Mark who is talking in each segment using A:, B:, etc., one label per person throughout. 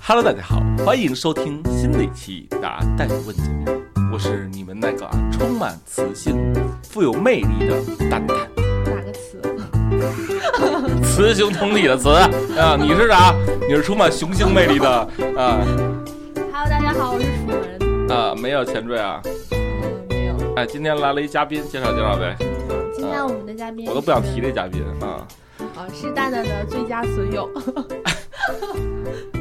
A: Hello，大家好，欢迎收听新的一期《答大夫问节目，我是你们那个啊充满磁性、富有魅力的蛋蛋，
B: 打个词，
A: 雌雄同体的雌 啊，你是啥？你是充满雄性魅力的啊
B: Hello，大家好，我是楚门。
A: 啊，没有前缀啊，
B: 嗯，没有。
A: 哎，今天来了一嘉宾，介绍介绍呗，
B: 今天我们的嘉宾
A: 我都不想
B: 是
A: 提这嘉宾啊，
B: 啊，是蛋蛋的最佳损友。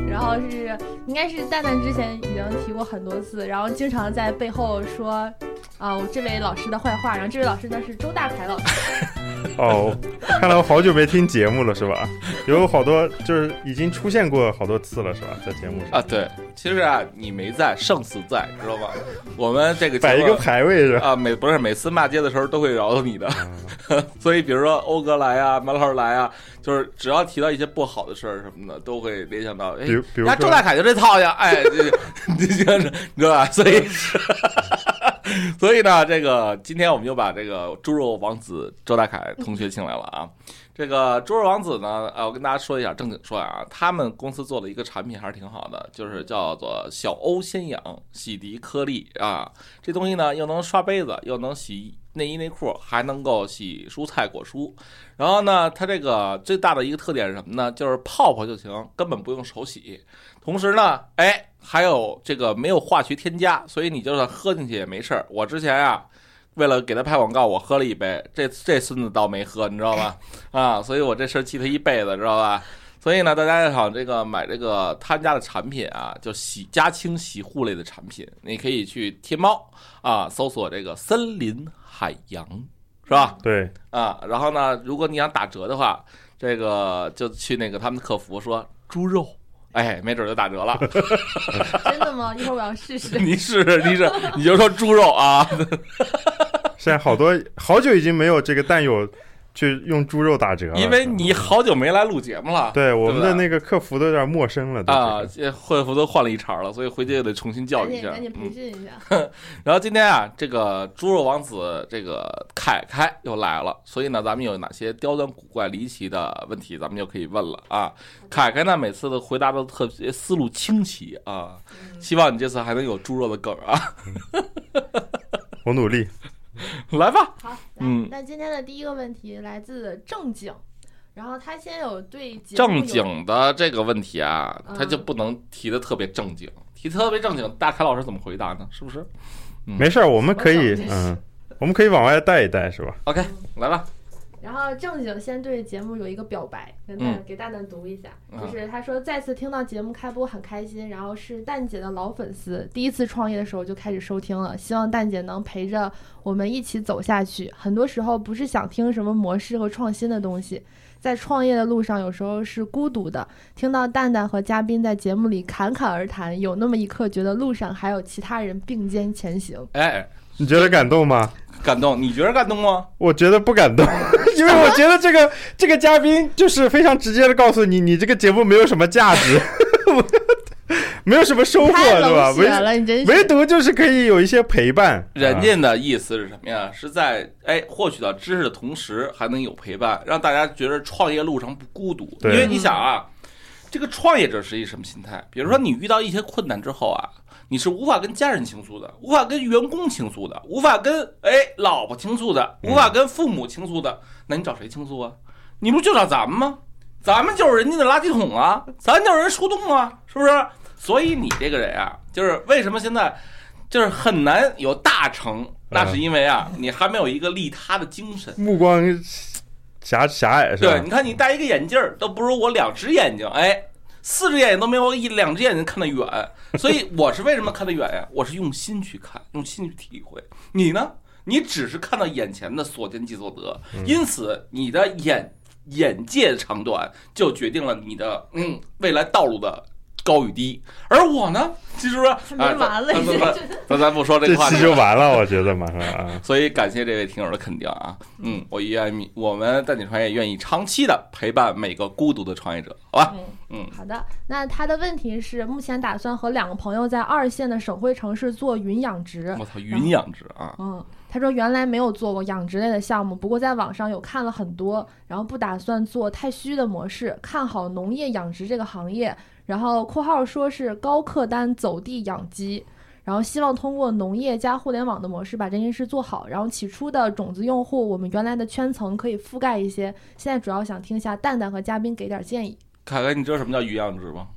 B: 然后是，应该是蛋蛋之前已经提过很多次，然后经常在背后说，啊、我这位老师的坏话。然后这位老师呢是周大凯老师，
C: 哦，看来我好久没听节目了，是吧？有好多就是已经出现过好多次了，是吧？在节目上
A: 啊，对，其实啊，你没在，胜似在，知道吗？我们这个
C: 摆一
A: 节
C: 个
A: 目
C: 排位是吧？
A: 啊，每不是每次骂街的时候都会饶到你的， 所以比如说欧哥来啊，马老师来啊，就是只要提到一些不好的事儿什么的，都会联想到，哎，
C: 比如比
A: 人
C: 如
A: 家周
C: 说
A: 大凯就这套呀，哎，这这你知道吧？所以是，
C: 嗯
A: 所以呢，这个今天我们就把这个猪肉王子周大凯同学请来了啊。这个猪肉王子呢，呃，我跟大家说一下，正经说啊，他们公司做了一个产品还是挺好的，就是叫做小欧鲜养洗涤颗粒啊。这东西呢，又能刷杯子，又能洗内衣内裤，还能够洗蔬菜果蔬。然后呢，它这个最大的一个特点是什么呢？就是泡泡就行，根本不用手洗。同时呢，哎，还有这个没有化学添加，所以你就算喝进去也没事儿。我之前啊，为了给他拍广告，我喝了一杯，这这孙子倒没喝，你知道吧？啊，所以我这事儿记他一辈子，知道吧？所以呢，大家想这个买这个他们家的产品啊，就洗家清洗护类的产品，你可以去天猫啊搜索这个森林海洋，是吧？
C: 对，
A: 啊，然后呢，如果你想打折的话，这个就去那个他们的客服说猪肉，哎，没准儿就打折 了。
B: 真的吗？一 会儿我要 试试。
A: 你试试，你试，你就说猪肉 啊，
C: 现在好多好久已经没有这个蛋友去用猪肉打折了，
A: 因为
C: 是吧
A: 你好久没来录节目了。
C: 对我们的
A: 吧
C: 那个客服都有点陌生了，对
A: 啊
C: 这个，
A: 这客服都换了一茬儿了，所以回去也得重新教
B: 赶
A: 育一
B: 紧
A: 下。
B: 赶紧培
A: 嗯，
B: 训一下，
A: 然后今天啊，这个猪肉王子这个凯凯又来了，所以呢，咱们有哪些刁钻古怪离奇的问题，咱们就可以问了啊。
B: 嗯
A: 凯凯呢，每次的回答都特别思路清奇啊，
B: 嗯
A: 希望你这次还能有猪肉的梗啊。
C: 我努力。
A: 来吧，
B: 好，来，
A: 嗯
B: 那今天的第一个问题来自正经，然后他先有对节目有
A: 正经的这个问题啊，
B: 嗯
A: 他就不能提的特别正经，提特别正经，大凯老师怎么回答呢？是不是
C: 没事儿，我们可以
B: 嗯我，想
C: 嗯，我们可以往外带一带，是吧？
A: ？OK，来
B: 嗯
A: 吧，
B: 然后正经先对节目有一个表白，跟蛋、
A: 嗯
B: 给蛋蛋读一下，
A: 嗯
B: 就是他说再次听到节目开播很开心，然后是蛋姐的老粉丝，第一次创业的时候就开始收听了，希望蛋姐能陪着我们一起走下去。很多时候不是想听什么模式和创新的东西，在创业的路上有时候是孤独的，听到蛋蛋和嘉宾在节目里侃侃而谈，有那么一刻觉得路上还有其他人并肩前行。
A: 哎，
C: 你觉得感动吗？
A: 感动，你觉得感动吗？
C: 我觉得不 感动，因为我觉得这个这个嘉宾就是非常直接的告诉你，你这个节目没有什么 价值，没有什么收获，
B: 太
C: 是吧？
B: 冷血
C: 唯
B: 了，你真是
C: 唯独就是可以有一些陪伴。
A: 人
C: 啊
A: 家的意思是什么呀？是在哎获取到知识的同时，还能有陪伴，让大家觉得创业路上不孤独。因
C: 对
A: 为你想啊，这个创业者是一什么心态？比如说你遇到一些困难之后啊，你是无法跟家人倾诉的，无法跟员工倾诉的，无法跟哎老婆倾诉的，无法跟父母倾诉的，那你找谁倾诉啊？你不就找咱们吗？咱们就是人家的垃圾桶啊，咱就是人树洞啊，是不是？所以你这个人啊，就是为什么现在就是很难有大成，那是因为啊，你还没有一个利他的精神。
C: 目光狭狭隘是
A: 对，
C: 吧
A: 你？看你戴一个眼镜儿，都不如我两只眼睛，哎，四只眼睛都没有我一两只眼睛看得远。所以我是为什么看得远呀？ 我是用心去看，用心去体会。你呢？你只是看到眼前的所见即所得，
C: 嗯
A: 因此你的眼眼界长短就决定了你的嗯未来道路的。高与低，而我呢，其实说，
B: 没
A: 哎
B: 完了
A: 咱
B: 你这
A: 咱咱咱不说这
C: 这
A: 个话题
C: 期就完了，我觉得马上啊，
A: 所以感谢这位听友的肯定啊，嗯，我愿意，我们蛋姐创业愿意长期的陪伴每个孤独的创业者，好吧？
B: 嗯
A: 嗯，
B: 好的，那他的问题是，目前打算和两个朋友在二线的省会城市做云养殖。
A: 我操，云养殖啊，
B: 嗯，他说原来没有做过养殖类的项目，不过在网上有看了很多，然后不打算做太虚的模式，看好农业养殖这个行业，然后括号说是高客单走地养鸡，然后希望通过农业加互联网的模式把这件事做好。然后起初的种子用户，我们原来的圈层可以覆盖一些，现在主要想听一下蛋蛋和嘉宾给点建议。
A: 凯凯，你知道什么叫鱼养殖吗？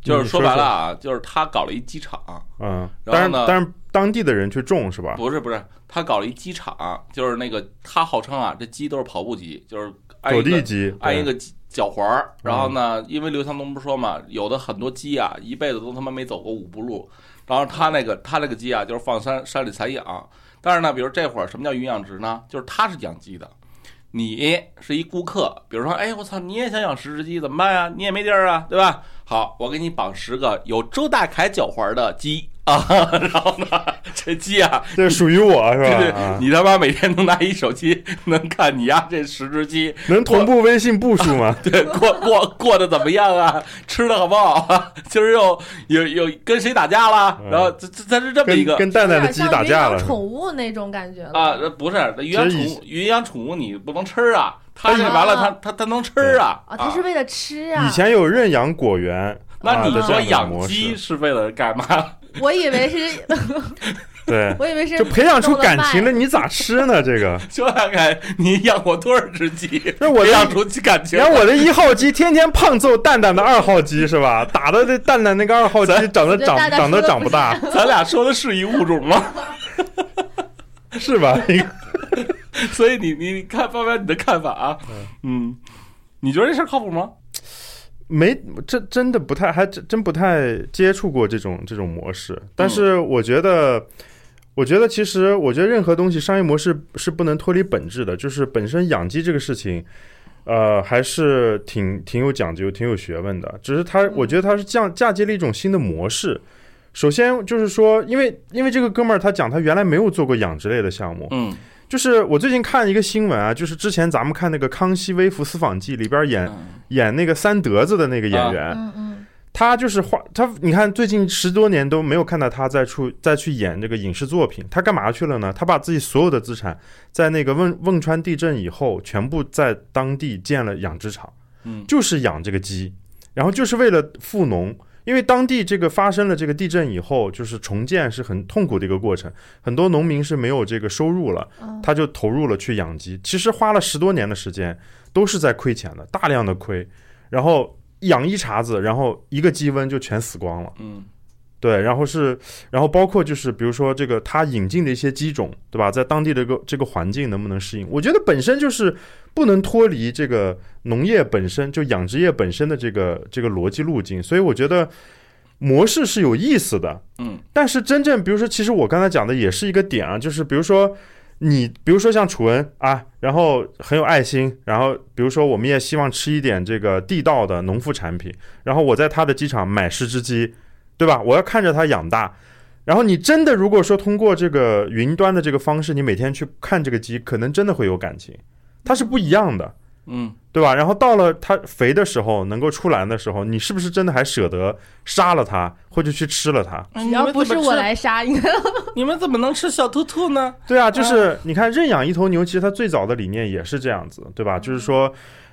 A: 就是说白了啊，就是他搞了一鸡场，
C: 嗯，
A: 然后
C: 当然
A: 呢
C: 当然当地的人去种是吧？
A: 不是不是，他搞了一鸡场，啊就是那个他号称啊，这鸡都是跑步机，就是按
C: 走
A: 一
C: 地
A: 个
C: 鸡，
A: 按
C: 对嗯
A: 一个鸡脚环儿，然后呢，因为刘强东不是说嘛，有的很多鸡啊，一辈子都他妈没走过五步路，然后他那个他那个鸡啊，就是放山山里散养，但是呢，比如这会儿什么叫云养殖呢？就是他是养鸡的。你是一顾客，比如说，哎，我操，你也想养十只鸡，怎么办呀？你也没地儿啊，对吧？好，我给你绑十个有周大凯脚环的鸡啊， 然后呢，这鸡啊，
C: 这属于我是
A: 对对
C: 吧？啊
A: 你他妈每天能拿一手机能看你呀这十只鸡，
C: 能同步微信步数吗？
A: 对，过过过得怎么样啊？吃的好不好 啊？今儿又有有跟谁打架了？
C: 嗯
A: 然后这这它是这么
C: 跟
A: 一个
C: 跟蛋蛋的鸡打架
B: 有
C: 了
B: 点像鸳鸯，宠物那种感觉了
A: 啊，呃不是云养
C: 其
A: 宠
C: 实
A: 物，云养宠物你不能吃啊，它是
B: 啊
A: 完了，它它它能吃啊
B: 啊，它是为了吃啊
C: 以。前有认养果园，
A: 那
C: 啊
A: 你
C: 的这
A: 说
C: 样的
A: 养
C: 模
A: 鸡
C: 式，
A: 是为了干嘛？
B: 我以为是，，
C: 对
B: 我以为是
C: 就培养出
B: 弄得
C: 感
B: 慢
C: 情了，你咋吃呢？这 个，
A: 说大凯，你养过多少只鸡？
C: 那 我
A: 培养
C: 的
A: 出感情
C: 连我的一号鸡天天胖揍蛋蛋的二号鸡是吧？打的这蛋蛋那个二号鸡长得
B: 这
C: 长
B: 蛋蛋
C: 长
B: 说
C: 得
B: 得
C: 长
B: 不
C: 不大，
A: 咱俩说的是一物种吗？
C: 是吧？
A: 所以你你你看发表你的看法啊，嗯，你觉得这事儿靠谱吗？
C: 没，这真的不太，还真真不太接触过这种这种模式。但是我觉得，我觉得其实，我觉得任何东西商业模式是不能脱离本质的，就是本身养鸡这个事情，呃，还是挺挺有讲究、挺有学问的。只是它，我觉得它是嫁嫁接了一种新的模式。首先就是说，因为因为这个哥们儿他讲他原来没有做过养殖类的项目，
A: 嗯，
C: 就是我最近看一个新闻啊，就是之前咱们看那个《康熙微服私访记》里边
A: 嗯
C: 演演那个三德子的那个演员，
B: 嗯嗯，
C: 他就是画他，你看最近十多年都没有看到他再出再去演这个影视作品，他干嘛去了呢？他把自己所有的资产在那个汶汶川地震以后，全部在当地建了养殖场，
A: 嗯
C: 就是养这个鸡，然后就是为了富农。因为当地这个发生了这个地震以后，就是重建是很痛苦的一个过程，很多农民是没有这个收入了，
B: 嗯
C: 他就投入了去养鸡，其实花了十多年的时间，都是在亏钱的，大量的亏，然后养一茬子，然后一个鸡瘟就全死光了。
A: 嗯
C: 对，然后是，然后包括就是，比如说这个他引进的一些鸡种，对吧？在当地的这个这个环境能不能适应？我觉得本身就是不能脱离这个农业本身，就养殖业本身的这个这个逻辑路径。所以我觉得模式是有意思的，
A: 嗯
C: 但是真正，比如说，其实我刚才讲的也是一个点啊，就是比如说你，比如说像楚文啊，然后很有爱心，然后比如说我们也希望吃一点这个地道的农副产品，然后我在他的鸡场买十只鸡，对吧？我要看着它养大。然后你真的如果说通过这个云端的这个方式，你每天去看这个鸡，可能真的会有感情，它是不一样的。
A: 嗯，
C: 对吧？然后到了它肥的时候，能够出栏的时候，你是不是真的还舍得杀了它，或者去吃了它？
B: 只要不是我来杀，应该
A: 你们怎么能吃小兔兔呢？
C: 对啊，就是你看认养一头牛，其实它最早的理念也是这样子，对吧？就是说，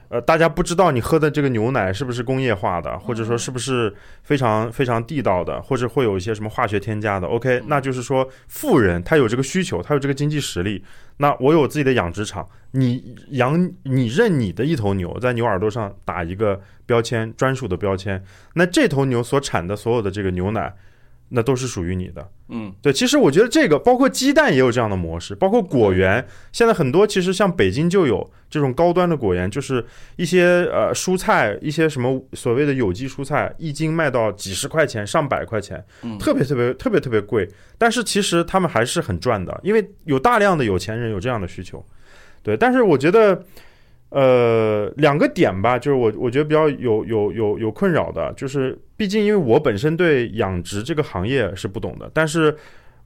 C: 呃，大家不知道你喝的这个牛奶是不是工业化的，或者说是不是非常非常地道的，或者会有一些什么化学添加的。OK，那就是说富人他有这个需求，他有这个经济实力，那我有自己的养殖场，你养你认你的一头牛，在牛耳朵上打一个标签，专属的标签，那这头牛所产的所有的这个牛奶，那都是属于你的。
A: 嗯
C: 对，其实我觉得这个包括鸡蛋也有这样的模式，包括果园，现在很多其实像北京就有这种高端的果园，就是一些呃蔬菜，一些什么所谓的有机蔬菜，一斤卖到几十块钱、上百块钱，
A: 嗯
C: 特别特别特别特别贵，但是其实他们还是很赚的，因为有大量的有钱人有这样的需求。对，但是我觉得。呃，两个点吧，就是我我觉得比较有有有有困扰的，就是毕竟因为我本身对养殖这个行业是不懂的，但是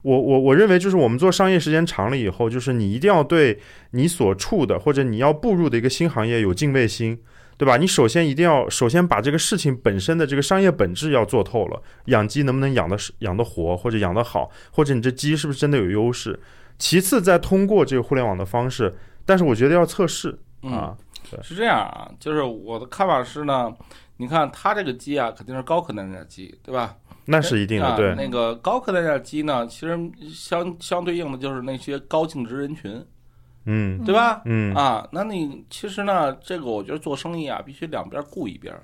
C: 我我我认为就是我们做商业时间长了以后，就是你一定要对你所处的或者你要步入的一个新行业有敬畏心，对吧？你首先一定要首先把这个事情本身的这个商业本质要做透了，养鸡能不能养得是养得活或者养得好，或者你这鸡是不是真的有优势？其次，再通过这个互联网的方式，但是我觉得要测试
A: 嗯
C: 啊，对
A: 是这样啊，就是我的看法是呢，你看它这个机啊，肯定是高科能量机，对吧？
C: 那是一定的，
A: 啊
C: 对，
A: 那个高科能量机呢，其实相相对应的就是那些高净值人群，
C: 嗯
A: 对吧？
C: 嗯
A: 啊，那你其实呢，这个我觉得做生意啊，必须两边顾一边儿。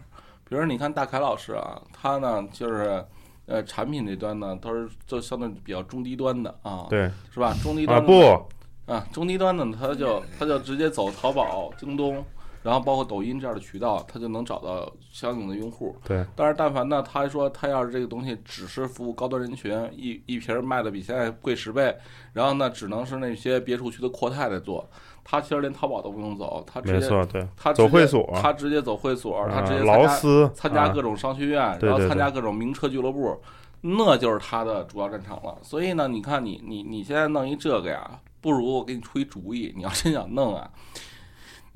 A: 比如说你看大凯老师啊，他呢就是，呃，产品这端呢，都是做相对比较中低端的啊，
C: 对
A: 是吧？中低
C: 啊
A: 端的
C: 不，
A: 啊，中低端的呢他就他就直接走淘宝、京东，然后包括抖音这样的渠道，他就能找到相应的用户。
C: 对，
A: 但是但凡呢，他说他要是这个东西只是服务高端人群，一一瓶儿卖的比现在贵十倍，然后呢，只能是那些别墅区的阔太来做，他其实连淘宝都不用走，他直
C: 没
A: 接
C: 错，对，
A: 他直
C: 走
A: 接
C: 会所，
A: 他直接走会所，他
C: 啊
A: 直接参
C: 劳
A: 加
C: 斯
A: 参加各
C: 啊
A: 种商学院，
C: 对
A: 然后
C: 对
A: 参
C: 对
A: 加各种名车俱乐部，那就是他的主要战场了。所以呢，你看你你你现在弄一这个呀，不如我给你出一主意，你要真想弄啊。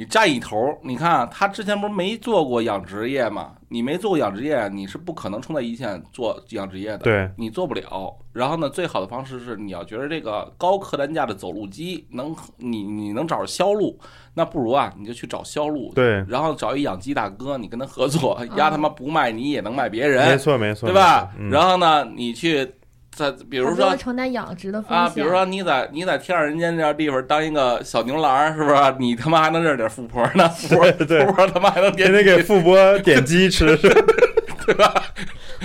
A: 你占一头儿，你看啊他之前不是没做过养殖业吗？你没做过养殖业，你是不可能冲在一线做养殖业的。
C: 对
A: 你做不了。然后呢，最好的方式是你要觉得这个高客单价的走路机能，你你能找着销路，那不如啊，你就去找销路，
C: 对，
A: 然后找一养鸡大哥，你跟他合作，
B: 嗯
A: 丫他妈不卖你也能卖别人，
C: 没错没错，
A: 对吧？
C: 没错嗯
A: 然后呢，你去在比
B: 比
A: 如说
B: 承担养殖的风险，
A: 啊，比如说你在你在天上人间这样地方当一个小牛郎儿，是不 是？你他妈还能认点富婆呢？富婆
C: 对对
A: 富婆他妈还能
C: 天
A: 点
C: 天给富波点鸡 吃，是吧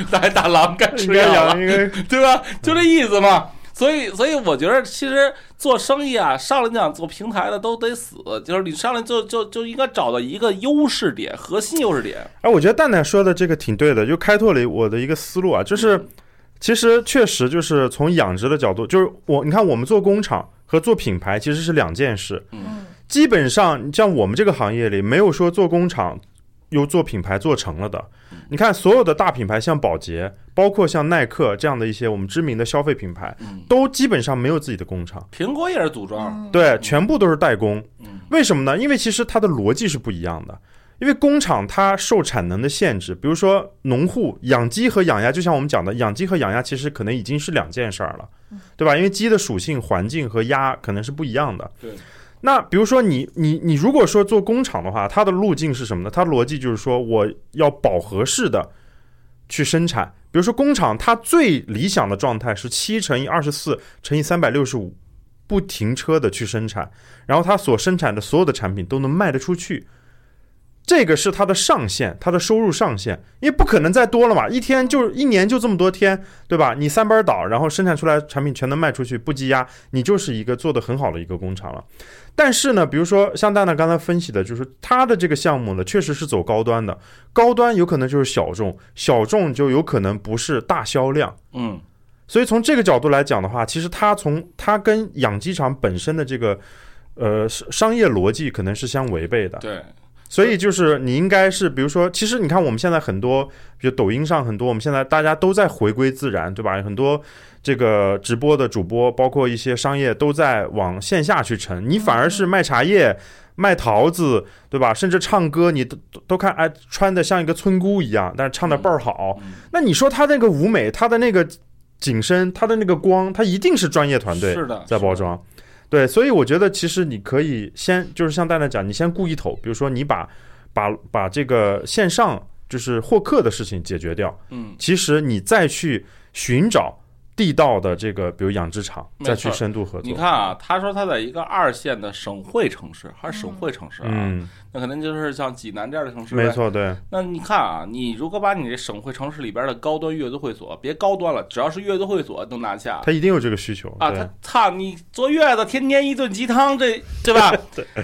A: 大大郎该
C: 应
A: 吃
C: 该
A: 药了
C: 养，嗯应该
A: 对吧？就这意思嘛。所以，所以我觉得其实做生意啊，上来讲做平台的都得死，就是你上来就就就应该找到一个优势点，核心优势点。
C: 哎，我觉得蛋蛋说的这个挺对的，就开拓了我的一个思路啊，
A: 嗯
C: 就是其实确实就是从养殖的角度，就是我你看我们做工厂和做品牌其实是两件事，
B: 嗯，
C: 基本上像我们这个行业里，没有说做工厂又做品牌做成了的。
A: 嗯
C: 你看所有的大品牌，像宝洁，包括像耐克这样的一些我们知名的消费品牌，
A: 嗯，
C: 都基本上没有自己的工厂。
A: 苹果也是组
B: 嗯
A: 装，
C: 对，全部都是代工
A: 嗯。
C: 为什么呢？因为其实它的逻辑是不一样的。因为工厂它受产能的限制，比如说农户养鸡和养鸭，就像我们讲的，养鸡和养鸭其实可能已经是两件事儿了，对吧？因为鸡的属性、环境和鸭可能是不一样的。
A: 对。
C: 那比如说你你你如果说做工厂的话，它的路径是什么呢？它的逻辑就是说我要饱和式的去生产。比如说工厂，它最理想的状态是七乘以二十四乘以三百六十五，不停车的去生产，然后它所生产的所有的产品都能卖得出去，这个是它的上限，它的收入上限，因为不可能再多了嘛，一天就一年就这么多天，对吧？你三班倒，然后生产出来的产品全能卖出去，不积压，你就是一个做得很好的一个工厂了。但是呢，比如说像蛋蛋刚才分析的，就是它的这个项目呢，确实是走高端的，高端有可能就是小众，小众就有可能不是大销量。
A: 嗯，
C: 所以从这个角度来讲的话，其实它从它跟养鸡场本身的这个呃商商业逻辑可能是相违背的。
A: 对，
C: 所以就是你应该是，比如说，其实你看我们现在很多，比如抖音上很多，我们现在大家都在回归自然，对吧？很多这个直播的主播，包括一些商业都在往线下去沉，你反而
A: 嗯
C: 是卖茶叶。卖桃子，对吧？甚至唱歌，你都都都看，哎，穿的像一个村姑一样，但是唱的倍儿好。
A: 嗯
C: 那你说他那个舞美，他的那个景深，他的那个光，他一定是专业团队
A: 是的，
C: 在包
A: 是的。
C: 装。对，所以我觉得其实你可以先，就是像蛋蛋讲，你先顾一头，比如说你把把把这个线上就是获客的事情解决掉，
A: 嗯，
C: 其实你再去寻找地道的这个，比如养殖场，
A: 没
C: 再去
A: 错
C: 深度合作。
A: 你看啊，他说他在一个二线的省会城市，还是省会城市啊？
C: 嗯，
A: 那肯定就是像济南这样的城市。
C: 没。错，对，
A: 那你看啊，你如果把你这省会城市里边的高端乐队会所，别高端了，只要是乐队会所都拿下。
C: 他一定有这个需求。
A: 啊，
C: 对
A: 他操你坐月子，天天一顿鸡汤，这对 吧？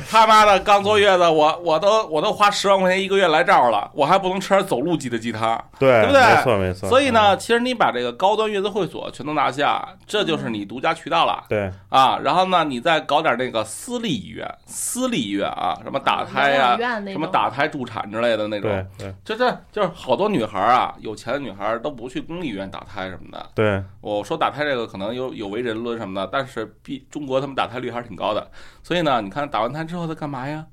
A: 他妈的刚坐月子，我我都我都花十万块钱一个月来这儿了，我还不能吃点走路鸡的鸡汤。
C: 对
A: 对不对
C: 没错，没错。
A: 所以呢，
C: 嗯，
A: 其实你把这个高端月子会所全都拿下，这就是你独家渠道了
C: 对，
A: 啊。然后呢，你再搞点那个私立医院，私立医院啊，什么打胎呀、
B: 啊，
A: 什么打胎助产之类的那
C: 对
A: 种，，
C: 对，
A: 这这就是好多女孩啊，有钱的女孩都不去公立医院打胎什么的，
C: 对，
A: 我说打胎这个可能有有违人伦什么的，但是毕中国他们打胎率还是挺高的，所以呢，你看打完胎之后他干嘛呀？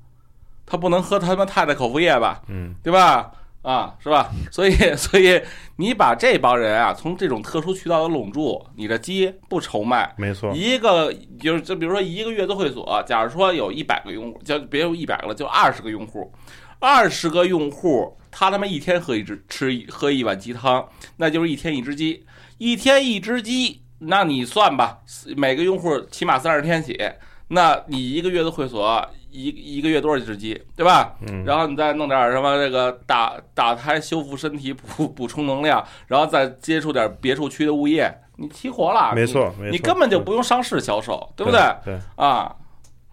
A: 他不能喝他们太太口服液吧，
C: 嗯，
A: 对吧？啊、啊，是吧？所以，所以你把这帮人啊，从这种特殊渠道的拢住，你的鸡不愁卖。
C: 没错，
A: 一个就是就比如说一个月的会所，假如说有一百个用户，就别有一百个了，就二十个用户，二十个用户，他他妈一天喝一只吃一喝一碗鸡汤，那就是一天一只鸡，一天一只鸡，那你算吧，每个用户起码三十天起，那你一个月的会所一一个月多少只鸡，对吧？
C: 嗯，
A: 然后你再弄点什么这个打打胎修复身体补补充能量，然后再接触点别墅区的物业，你齐活了。
C: 没错，没
A: 啊你，你
C: 错，
A: 根本就不用上市销售，对不
C: 对
A: 对？
C: 对，
A: 啊，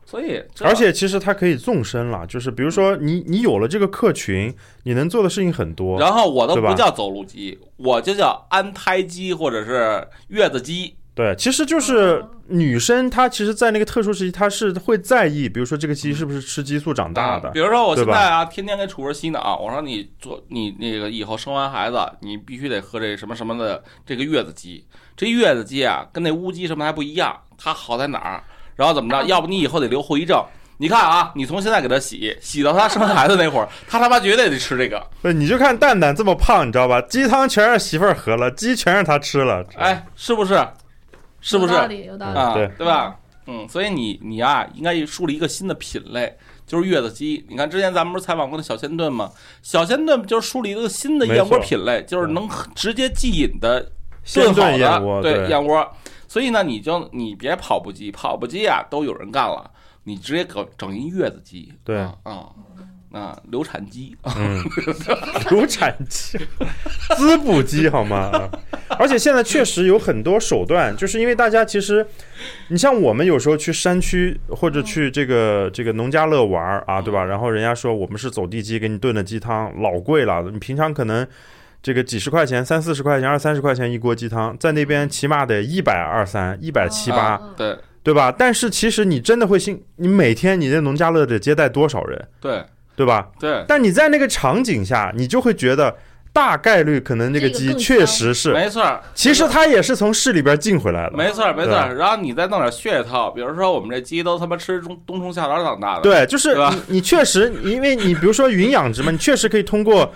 A: 所以这
C: 而且其实它可以纵深了，就是比如说你你有了这个客群，你能做的事情很多。
A: 嗯然后我都
C: 对吧
A: 不叫走路鸡，我就叫安胎鸡或者是月子鸡。
C: 对，其实就是
A: 嗯
C: 女生她其实，在那个特殊时期，她是会在意，比如说这个鸡是不是吃激素长大
A: 嗯啊
C: 的
A: 比，如说我现
C: 对吧
A: 在啊，天天给楚儿洗脑，我说你做你那个以后生完孩子，你必须得喝这什么什么的这个月子鸡。这月子鸡啊，跟那乌鸡什么还不一样，它好在哪儿？然后怎么
C: 啊
A: 着？要不你以后得留后遗症。你看啊，你从现在给它洗，洗到它生孩子那会儿，它他妈绝对得吃这个。
C: 对，你就看蛋蛋这么胖，你知道吧？鸡汤全让媳妇儿喝了，鸡全让她吃了。
A: 哎，是不是？是不是
B: 有道？理，有道理。
A: 啊，
C: 对
A: 吧？嗯，所以你你啊，应该树立一个新的品类，就是月子鸡。你看之前咱们不是采访过那小鲜炖吗？小鲜炖就是树立一个新的
C: 没
A: 燕窝
C: 错
A: 品类，就是能直接即饮的
C: 现
A: 炖好的
C: 炖燕窝，
A: 对燕窝。所以呢，你就你别跑步机，跑步机啊都有人干了，你直接整整一月子鸡，
C: 对
A: 啊啊啊流产鸡，
C: 嗯， 流产鸡、滋补鸡好吗？啊而且现在确实有很多手段，就是因为大家其实，你像我们有时候去山区或者去这个这个农家乐玩儿啊，对吧？然后人家说我们是走地鸡，给你炖的鸡汤老贵了，你平常可能。这个几十块钱、三四十块钱、二三十块钱一锅鸡汤，在那边起码得一百二三、一百七八
A: 啊，
B: 嗯
A: 对
C: 对吧？但是其实你真的会信，你每天你在农家乐得接待多少人，
A: 对
C: 对吧？
A: 对，
C: 但你在那个场景下，你就会觉得大概率可能这个
B: 这个
C: 鸡
B: 更
C: 确实是，
A: 没错儿，
C: 其实它也是从市里边进回来的。
A: 没错儿没错
C: 对吧
A: 儿。然后你再弄点噱头，比如说我们这鸡都他妈吃中冬虫夏草长大的，
C: 对，就是
A: 对吧
C: 你，你确实，因为你比如说云养殖嘛，你确实可以通过，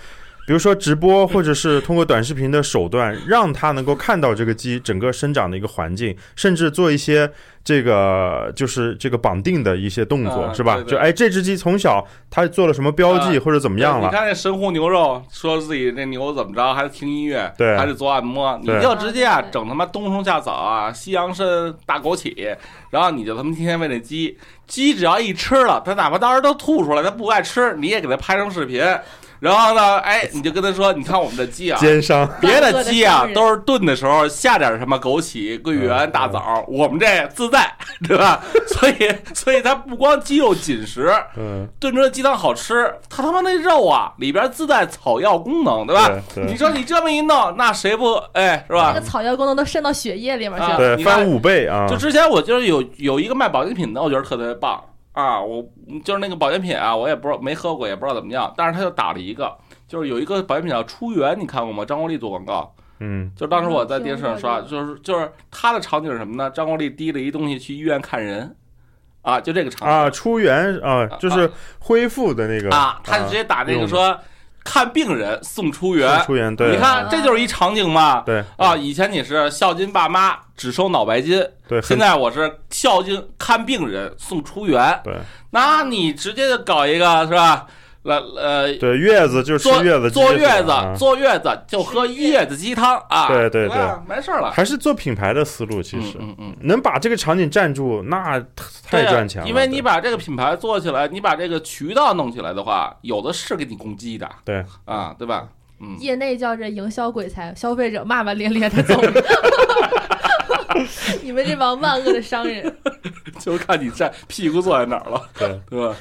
C: 比如说直播或者是通过短视频的手段，让它能够看到这个鸡整个生长的一个环境，甚至做一些这个就是这个绑定的一些动作，
A: 啊
C: 是吧？
A: 对对
C: 就哎，这只鸡从小它做了什么标记、
A: 啊
C: 或者怎么样
A: 你
C: 了？
A: 看那神户牛肉，说自己那牛怎么着，还是听音乐，
C: 对
A: 还是做按摩，你
C: 对
A: 就直接啊
B: 对对
A: 整他妈冬虫夏草啊，西洋参、大枸杞，然后你就他妈天天喂那鸡，鸡只要一吃了，它哪怕当时都吐出来，它不爱吃，你也给它拍成视频，然后呢，哎，你就跟它说，你看我们的鸡啊。
C: 奸商，
A: 别的鸡啊，都是炖的时候下点什么枸杞、桂圆、
C: 嗯
A: 大枣，我们这自带，对吧？所以，所以它不光鸡肉紧实，
C: 嗯，
A: 炖出来鸡汤好吃，它他妈那肉啊里边自带草药功能，对吧？
C: 对嗯
A: 你
C: 对
A: 说你这么一弄，那谁不哎是
B: 那
A: 吧
B: 个？草药功能都渗到血液里面去
A: 啊
B: 了。
C: 对，
A: 你看
C: 翻五倍啊！
A: 就之前我就是有有一个卖保健品的，我觉得特别棒啊！我就是那个保健品啊，我也不知道没喝过，也不知道怎么样，但是他就打了一个，就是有一个保健品叫初源，你看过吗？张国立做广告，
C: 嗯，
A: 就当时我在电视上刷，
B: 嗯
A: 就是就是他的场景是什么呢？张国立提了一东西去医院看人，啊，就这个场景
C: 啊，出园啊，就是恢复的那个
A: 啊，他就直接打那
C: 用
A: 个
C: 的
A: 说看病人送出
C: 是
A: 园，
C: 出园，
A: 你
C: 对
A: 看这就是一场景嘛。
C: 对
A: 啊，以前你是孝敬爸妈只收脑白 金，
C: 对，
A: 现
C: 很
A: 在我是孝敬看病人送出园，
C: 对
A: 那你直接就搞一个是吧？来呃，
C: 对月子就吃
A: 坐
C: 月子，
A: 坐
C: 直接
A: 月
C: 是啊
A: 子坐月子就喝月子鸡汤啊，
C: 对对
A: 吧，没事儿了。
C: 啊还是做品牌的思路，其实
A: 嗯嗯嗯，
C: 能把这个场景站住，那
A: 对
C: 太
A: 啊
C: 赚钱了，
A: 因为你
C: 对
A: 把这个品牌做起来，你把这个渠道弄起来的话，有的是给你攻击的，
C: 对
A: 啊，对吧？嗯，
B: 业内叫这营销鬼才，消费者骂骂咧咧的 走。 你们这帮万恶的商人，
A: 就看你站屁股坐在哪儿了，
C: 对，
A: 对吧？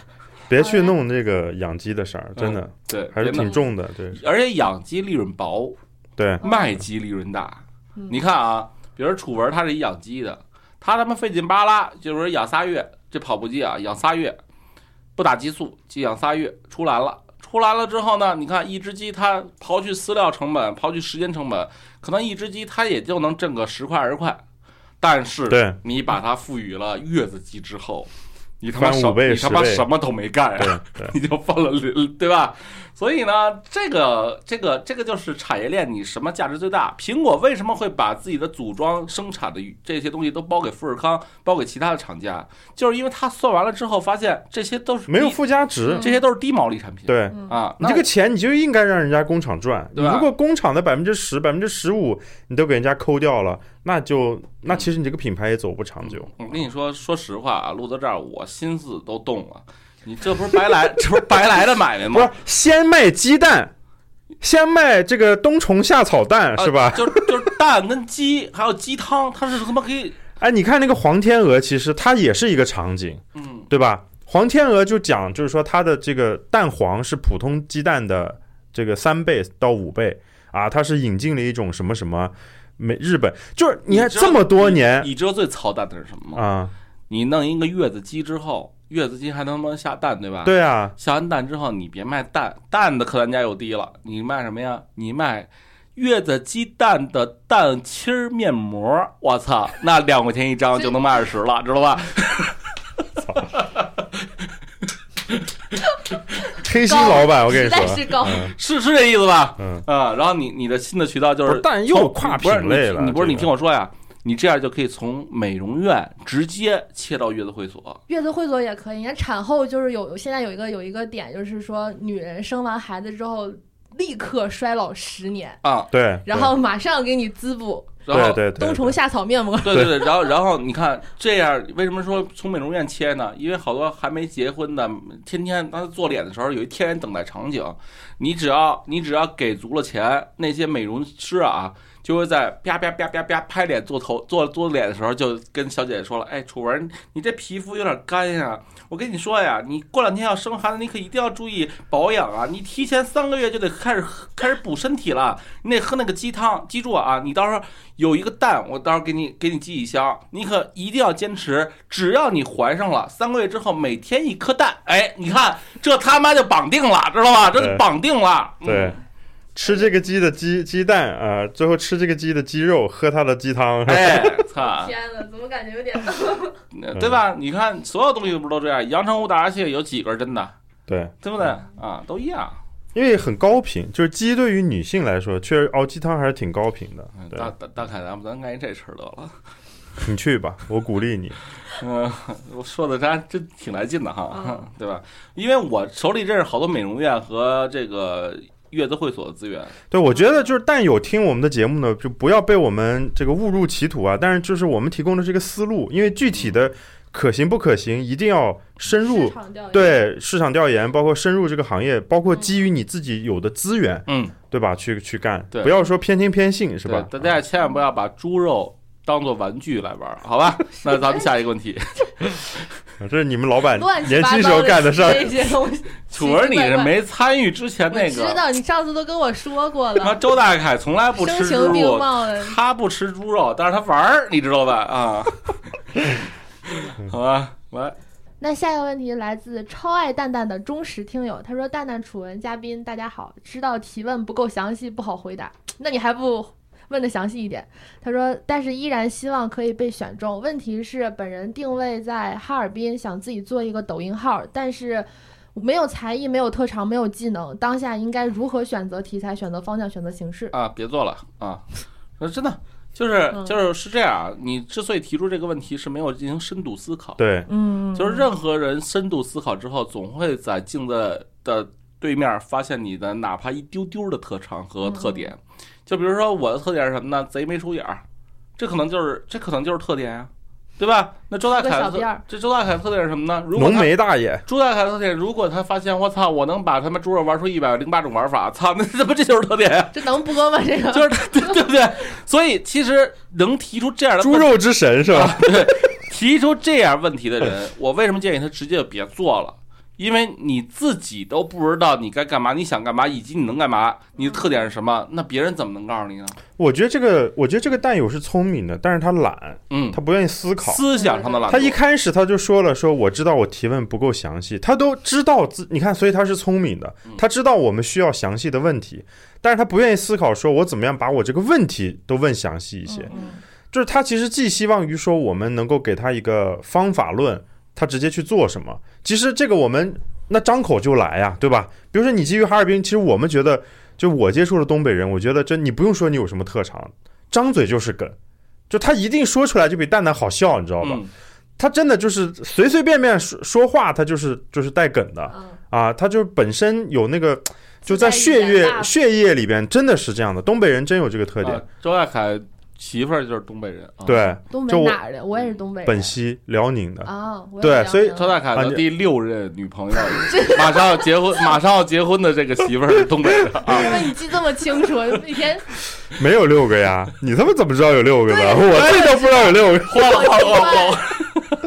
C: 别去弄这个养鸡的事儿，真的
A: 嗯对，
C: 还是
A: 别弄
C: 挺重的，对
A: 而且养鸡利润薄，
C: 对，
A: 卖鸡利润大。
B: 嗯
A: 你看啊，比如说楚文他是一养鸡的，他他妈费劲巴拉，就是说养仨月，这跑步机啊养仨月，不打激素，鸡养仨月出栏了。出栏了之后呢，你看一只鸡，它刨去饲料成本，刨去时间成本，可能一只鸡它也就能挣个十块二十块。但是
C: 对
A: 你把它赋予了月子鸡之后，你他妈
C: 翻
A: 什
C: 五倍
A: 你他妈
C: 十倍
A: 什么都没干呀、
C: 对 对，
A: 你就放了零，对吧？所以呢，这个这个这个就是产业链，你什么价值最大？苹果为什么会把自己的组装生产的这些东西都包给富士康，包给其他的厂家？就是因为他算完了之后，发现这些都是
C: 没有
A: 低，
C: 附加值
B: 嗯，
A: 这些都是低毛利产品。
C: 对。
B: 嗯
A: 啊，
C: 你这个钱你就应该让人家工厂赚，
A: 对吧
C: 如果工厂的百分之十、百分之十五你都给人家抠掉了，那就那
A: 嗯
C: 其实你这个品牌也走不长久。
A: 我跟你说，说实话啊，录到这儿，我心思都动了。你这不是白 来，这不是白来的买卖
C: 不是
A: 吗？，
C: 先卖鸡蛋，先卖这个冬虫夏草蛋
A: 啊
C: 是吧？
A: 就就是蛋跟鸡，还有鸡汤，它是他妈可以，
C: 哎，你看那个黄天鹅，其实它也是一个场景，
A: 嗯
C: 对吧？黄天鹅就讲，就是说它的这个蛋黄是普通鸡蛋的这个三倍到五倍啊，它是引进了一种什么什么美日本，就是你看
A: 你知道
C: 这么多年
A: 你知道最操蛋的是什么吗？
C: 啊，
A: 你弄一个月子鸡之后，月子鸡还能他妈下蛋，对吧？。
C: 对啊，
A: 下完蛋之后，你别卖蛋，蛋的客单价又低了，你卖什么呀？你卖月子鸡蛋的蛋清儿面膜，我操，那两块钱一张就能卖二十了，知道 吧？
C: 黑心老板，我跟
B: 实
C: 你
B: 在
C: 说，
B: 是高，
C: 嗯
A: 是是这意思吧？
C: 嗯
A: 啊，然后你你的新的渠道就
C: 不是
A: 是
C: 但
A: 从
C: 又跨
A: 不是
C: 品类
A: 你
C: 了，
A: 你不是
C: 这
A: 你
C: 个
A: 听我说呀，你这样就可以从美容院直接切到月子会所。
B: 月子会所也可以。你看产后就是有现在有一个有一个点，就是说女人生完孩子之后立刻衰老十年，
A: 啊，
C: 对，
B: 然后马上给你滋补
A: 然
C: 对
A: 后
C: 对对
B: 冬虫夏草面膜。
A: 对对对，然后然后你看这样，为什么说从美容院切呢？因为好多还没结婚的，天天他做脸的时候有一天然等待场景，你只要你只要给足了钱，那些美容师啊。就会在啪啪啪啪啪拍脸做头做做脸的时候，就跟小姐姐说了：“哎，楚文，你这皮肤有点干呀，我跟你说呀，你过两天要生孩子，你可一定要注意保养啊！你提前三个月就得开始喝开始补身体了，你得喝那个鸡汤。记住啊，你到时候有一个蛋，我到时候给你给你寄一箱，你可一定要坚持。只要你怀上了，三个月之后每天一颗蛋，哎，你看这他妈就绑定了，知道吧？这
C: 对
A: 绑定了。嗯
C: 对，吃这个鸡的鸡鸡蛋啊、呃最后吃这个鸡的鸡肉，喝它的鸡汤。
A: 哎，操，
B: 天呐，怎么感觉有点？
A: 呃
C: 嗯
A: 对吧？你看所有东西不都这样？阳澄湖大闸蟹有几个是真的？
C: 对，
A: 对不对
C: 嗯
A: 啊？都一样。
C: 因为很高频，就是鸡对于女性来说，确实熬鸡汤还是挺高频 的。
A: 嗯
C: 对
A: 大大大凯，咱们咱干一这事儿得了。
C: 你去吧，我鼓励你。
A: 嗯，我说的咱真挺来劲的哈
B: 嗯，
A: 对吧？因为我手里认识好多美容院和这个月子会所的资源，
C: 对，我觉得就是但有听我们的节目呢，就不要被我们这个误入歧途啊。但是就是我们提供的这个思路，因为具体的可行不可行，一定要深入
B: 市场调研，
C: 对市场调研，包括深入这个行业，包括基于你自己有的资源，
A: 嗯，
C: 对吧？去去干，
A: 对
C: 不要说偏听偏信，是
A: 对
C: 吧？
A: 大家也千万不要把猪肉当做玩具来玩儿，好 吧？那咱们下一个问题，
C: 啊这是你们老板
B: 乱七
C: 年
B: 八
C: 轻时
B: 糟
C: 候干的事儿。
B: 这些东西。
A: 楚儿，你是没参与之前那
B: 我知
A: 个，
B: 道，你上次都跟我说过
A: 他妈
B: 了，
A: 周大凯从来不
B: 声
A: 吃
B: 情
A: 猪
B: 并
A: 肉，
B: 茂的。
A: 他不吃猪肉，但是他玩儿，你知道吧？ 啊，好吧，来，
B: 那下一个问题来自超爱蛋蛋的忠实听友，他说：“蛋蛋、楚文嘉宾，大家好，知道提问不够详细，不好回答，那你还不问的详细一点？”他说：“但是依然希望可以被选中。问题是，本人定位在哈尔滨，想自己做一个抖音号，但是没有才艺，没有特长，没有技能，当下应该如何选择题材、选择方向、选择形式
A: 啊，别做了啊！那真的就是
B: 嗯
A: 就是是这样啊。你之所以提出这个问题，是没有进行深度思考。
C: 对？”
B: 嗯，
A: 就是任何人深度思考之后，总会在镜子的对面发现你的哪怕一丢丢的特长
B: 嗯
A: 和特点。就比如说我的特点是什么呢？贼眉鼠眼儿，这可能就是这可能就是特点呀、对吧？那周大
B: 个
A: 凯
B: 小
A: 的特
B: 辫儿
A: 这周大凯的特点是什么呢？如果
C: 浓
A: 他
C: 眉大爷，
A: 朱大凯的特点，如果他发现我操，我能把他们猪肉玩出一百零八种玩法，操，那 他妈这就是特点 呀、
B: 这能播吗？这个
A: 就是 他对对不对？所以其实能提出这样的
C: 猪
A: 问
C: 肉之神是
A: 啊
C: 吧？
A: 提出这样问题的人，我为什么建议他直接就别做了？因为你自己都不知道你该干嘛，你想干嘛，以及你能干嘛，你的特点是什
C: 嗯
A: 么，那别人怎么能告诉你呢？
C: 我觉得这个，我觉得这个蛋友是聪明的，但是他懒，
A: 嗯，
C: 他不愿意思考。
A: 思想上的懒惰，
C: 他一开始他就说了，说我知道我提问不够详细，他都知道自，你看，所以他是聪明的
A: 嗯，
C: 他知道我们需要详细的问题，但是他不愿意思考，说我怎么样把我这个问题都问详细一些，
B: 嗯嗯
C: 就是他其实寄希望于说我们能够给他一个方法论。他直接去做什么。其实这个我们那张口就来呀，对吧？比如说你基于哈尔滨，其实我们觉得，就我接触的东北人，我觉得真你不用说你有什么特长，张嘴就是梗，就他一定说出来就比蛋蛋好笑，你知道吧？
A: 嗯
C: 他真的就是随随便便说说话，他就是就是带梗的
B: 嗯，
C: 啊，他就是本身有那个就在
B: 自带
C: 血
B: 语言
C: 液
B: 吧
C: 血液里边真的是这样的，东北人真有这个特点
A: 啊。周大凯媳妇儿就是东北人，啊，
C: 对，
B: 东
C: 就
B: 北
C: 我
B: 哪儿的？我也是东北人。
C: 本溪辽宁的，
B: 啊，我也
C: 对
B: 聊
C: 所以
B: 聊
A: 周大凯
C: 啊
A: 的
C: 你
A: 第六任女朋友，马上要结婚，马上要结婚的这个媳妇儿是东北的啊
B: 为什么你记这么清 楚？每天
C: 没有六个呀？你他妈怎么知道有六个的？我自己都不知道有六个。
A: 嚯了嚯了嚯了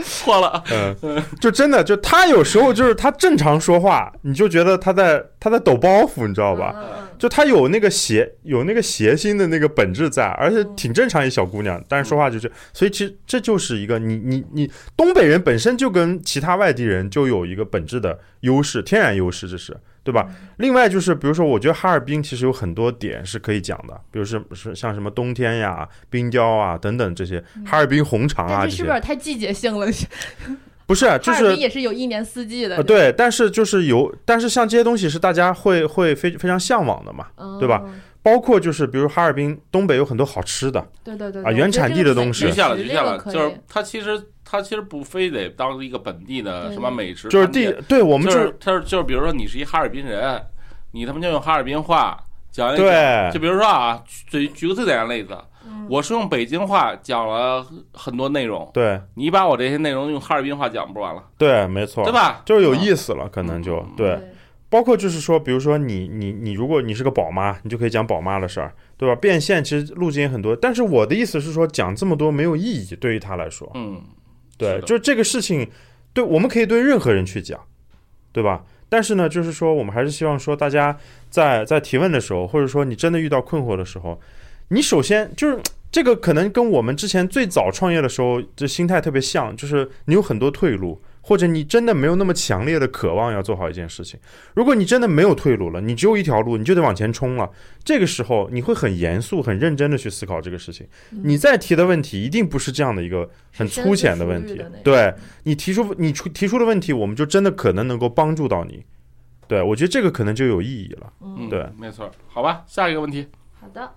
A: 嚯了，
C: 嗯，就真的就他有时候就是他正常说话，你就觉得他在他在抖包袱，你知道 吧？
B: 嗯嗯
C: 就他有那个邪有那个邪心的那个本质在，而且挺正常一小姑娘，但是说话就是，所以其实这就是一个你你你东北人本身就跟其他外地人就有一个本质的优势，天然优势，这是对
B: 嗯
C: 吧？另外就是比如说，我觉得哈尔滨其实有很多点是可以讲的，比如是是像什么冬天呀、冰雕啊等等这些，哈尔滨红肠
B: 嗯但
C: 啊这
B: 这
C: 些
B: 是不，是太季节性 了？
C: 不是啊就
B: 哈尔
C: 是
B: 滨也是有一年四季的
C: 呃，对，但是就是有，但是像这些东西是大家会会非非常向往的嘛，
B: 嗯
C: 对吧？包括就是比如哈尔滨东北有很多好吃的，
B: 对对对
C: 啊原产地的东西
A: 局
C: 是
A: 限了，局限了，
B: 就
A: 就是他其实他其实不非得当一个本地的
B: 对
A: 什么美食，
C: 就是地，对我
A: 我
C: 们
A: 就
C: 就是
A: 他就是比如说你是一哈尔滨人，你他妈就用哈尔滨话讲一讲，
C: 对
A: 就比如说啊，举举个最简单的例子，我是用北京话讲了很多内容，
C: 对
A: 你把我这些内容用哈尔滨话讲不完了，
C: 对，没错，
A: 对？吧？
C: 就是有意思了，可能就
A: 嗯
C: 对，包括就是说，比如说你你你，如果你是个宝妈，你就可以讲宝妈的事儿，对吧？变现其实路径也很多，但是我的意思是说，讲这么多没有意义，对于他来说，
A: 嗯，
C: 对，
A: 是的
C: 就是这个事情，对，我们可以对任何人去讲，对吧？但是呢，就是说，我们还是希望说，大家在在提问的时候，或者说你真的遇到困惑的时候，你首先就是这个可能跟我们之前最早创业的时候这心态特别像，就是你有很多退路，或者你真的没有那么强烈的渴望要做好一件事情。如果你真的没有退路了，你只有一条路，你就得往前冲了。这个时候，你会很严肃、很认真的去思考这个事情。你再提的问题，一定不是这样的一个很
B: 是深
C: 粗
B: 思
C: 浅的
B: 熟
C: 问
B: 虑
C: 题
B: 的那。种
C: 对你提出你出提出的问题，我们就真的可能能够帮助到你。对我觉得这个可能就有意义了。
A: 嗯，
C: 对，
A: 没错。好吧，下一个问题，
B: 好的，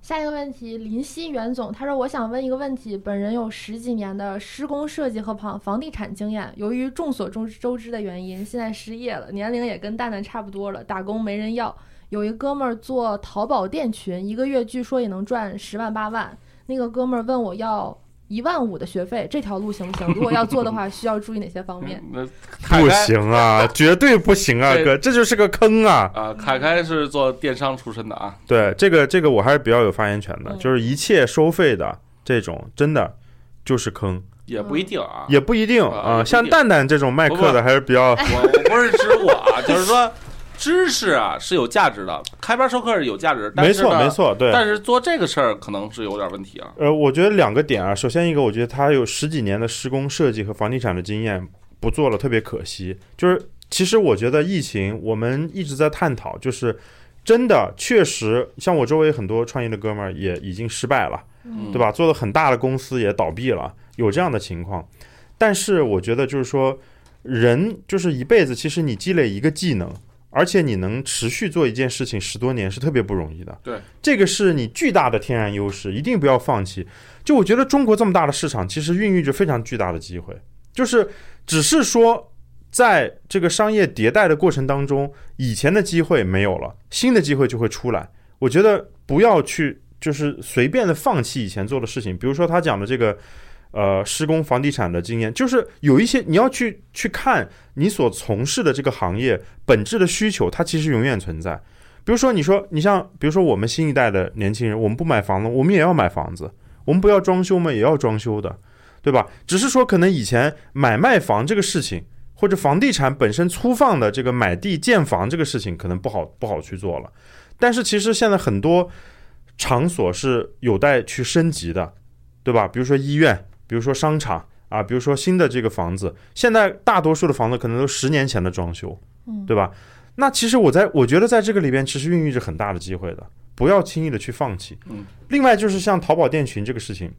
B: 下一个问题，林夕袁总，他说：“我想问一个问题，本人有十几年的施工设计和房房地产经验，由于众所周周知的原因，现在失业了，年龄也跟蛋蛋差不多了，打工没人要。有一哥们儿做淘宝店群，一个月据说也能赚十万八万。那个哥们儿问我要一万五的学费，这条路行不行？如果要做的话，需要注意哪些方面？
A: 那凯
C: 不
A: 凯
C: 行 啊，绝对不行啊，
A: 对
C: 哥，这就是个坑啊！
A: 啊，凯凯是做电商出身的啊，
C: 对，这个这个我还是比较有发言权的，
B: 嗯
C: 就是一切收费的这种，真的就是坑，
A: 也不一定啊，
C: 也不一定
A: 啊也
C: 啊、
A: 不一定哎
C: 像蛋蛋这种卖课的还是比较
A: 我我不是指我啊，就是说知识啊是有价值的，开班授课是有价值，但
C: 没
A: 是呢
C: 错没。错，对。
A: 但是做这个事儿可能是有点问题啊。
C: 呃，我觉得两个点啊，首先一个，我觉得他有十几年的施工设计和房地产的经验，不做了特别可惜。就是其实我觉得疫情，我们一直在探讨，就是真的确实，像我周围很多创业的哥们儿也已经失败了，
A: 嗯
C: 对吧？做的很大的公司也倒闭了，有这样的情况。但是我觉得就是说，人就是一辈子，其实你积累一个技能。而且你能持续做一件事情十多年是特别不容易的，
A: 对，
C: 这个是你巨大的天然优势，一定不要放弃。就我觉得中国这么大的市场，其实孕育着非常巨大的机会，就是只是说，在这个商业迭代的过程当中，以前的机会没有了，新的机会就会出来。我觉得不要去就是随便的放弃以前做的事情，比如说他讲的这个。呃，施工房地产的经验，就是有一些你要去去看你所从事的这个行业本质的需求，它其实永远存在。比如说，你说你像，比如说我们新一代的年轻人，我们不买房了，我们也要买房子，我们不要装修吗？也要装修的，对吧？只是说可能以前买卖房这个事情，或者房地产本身粗放的这个买地建房这个事情，可能不好不好去做了。但是其实现在很多场所是有待去升级的，对吧？比如说医院，比如说商场啊，比如说新的这个房子，现在大多数的房子可能都十年前的装修，
B: 嗯
C: 对吧？那其实我在我觉得在这个里边其实孕育着很大的机会的，不要轻易的去放弃。
A: 嗯，
C: 另外就是像淘宝店群这个事情，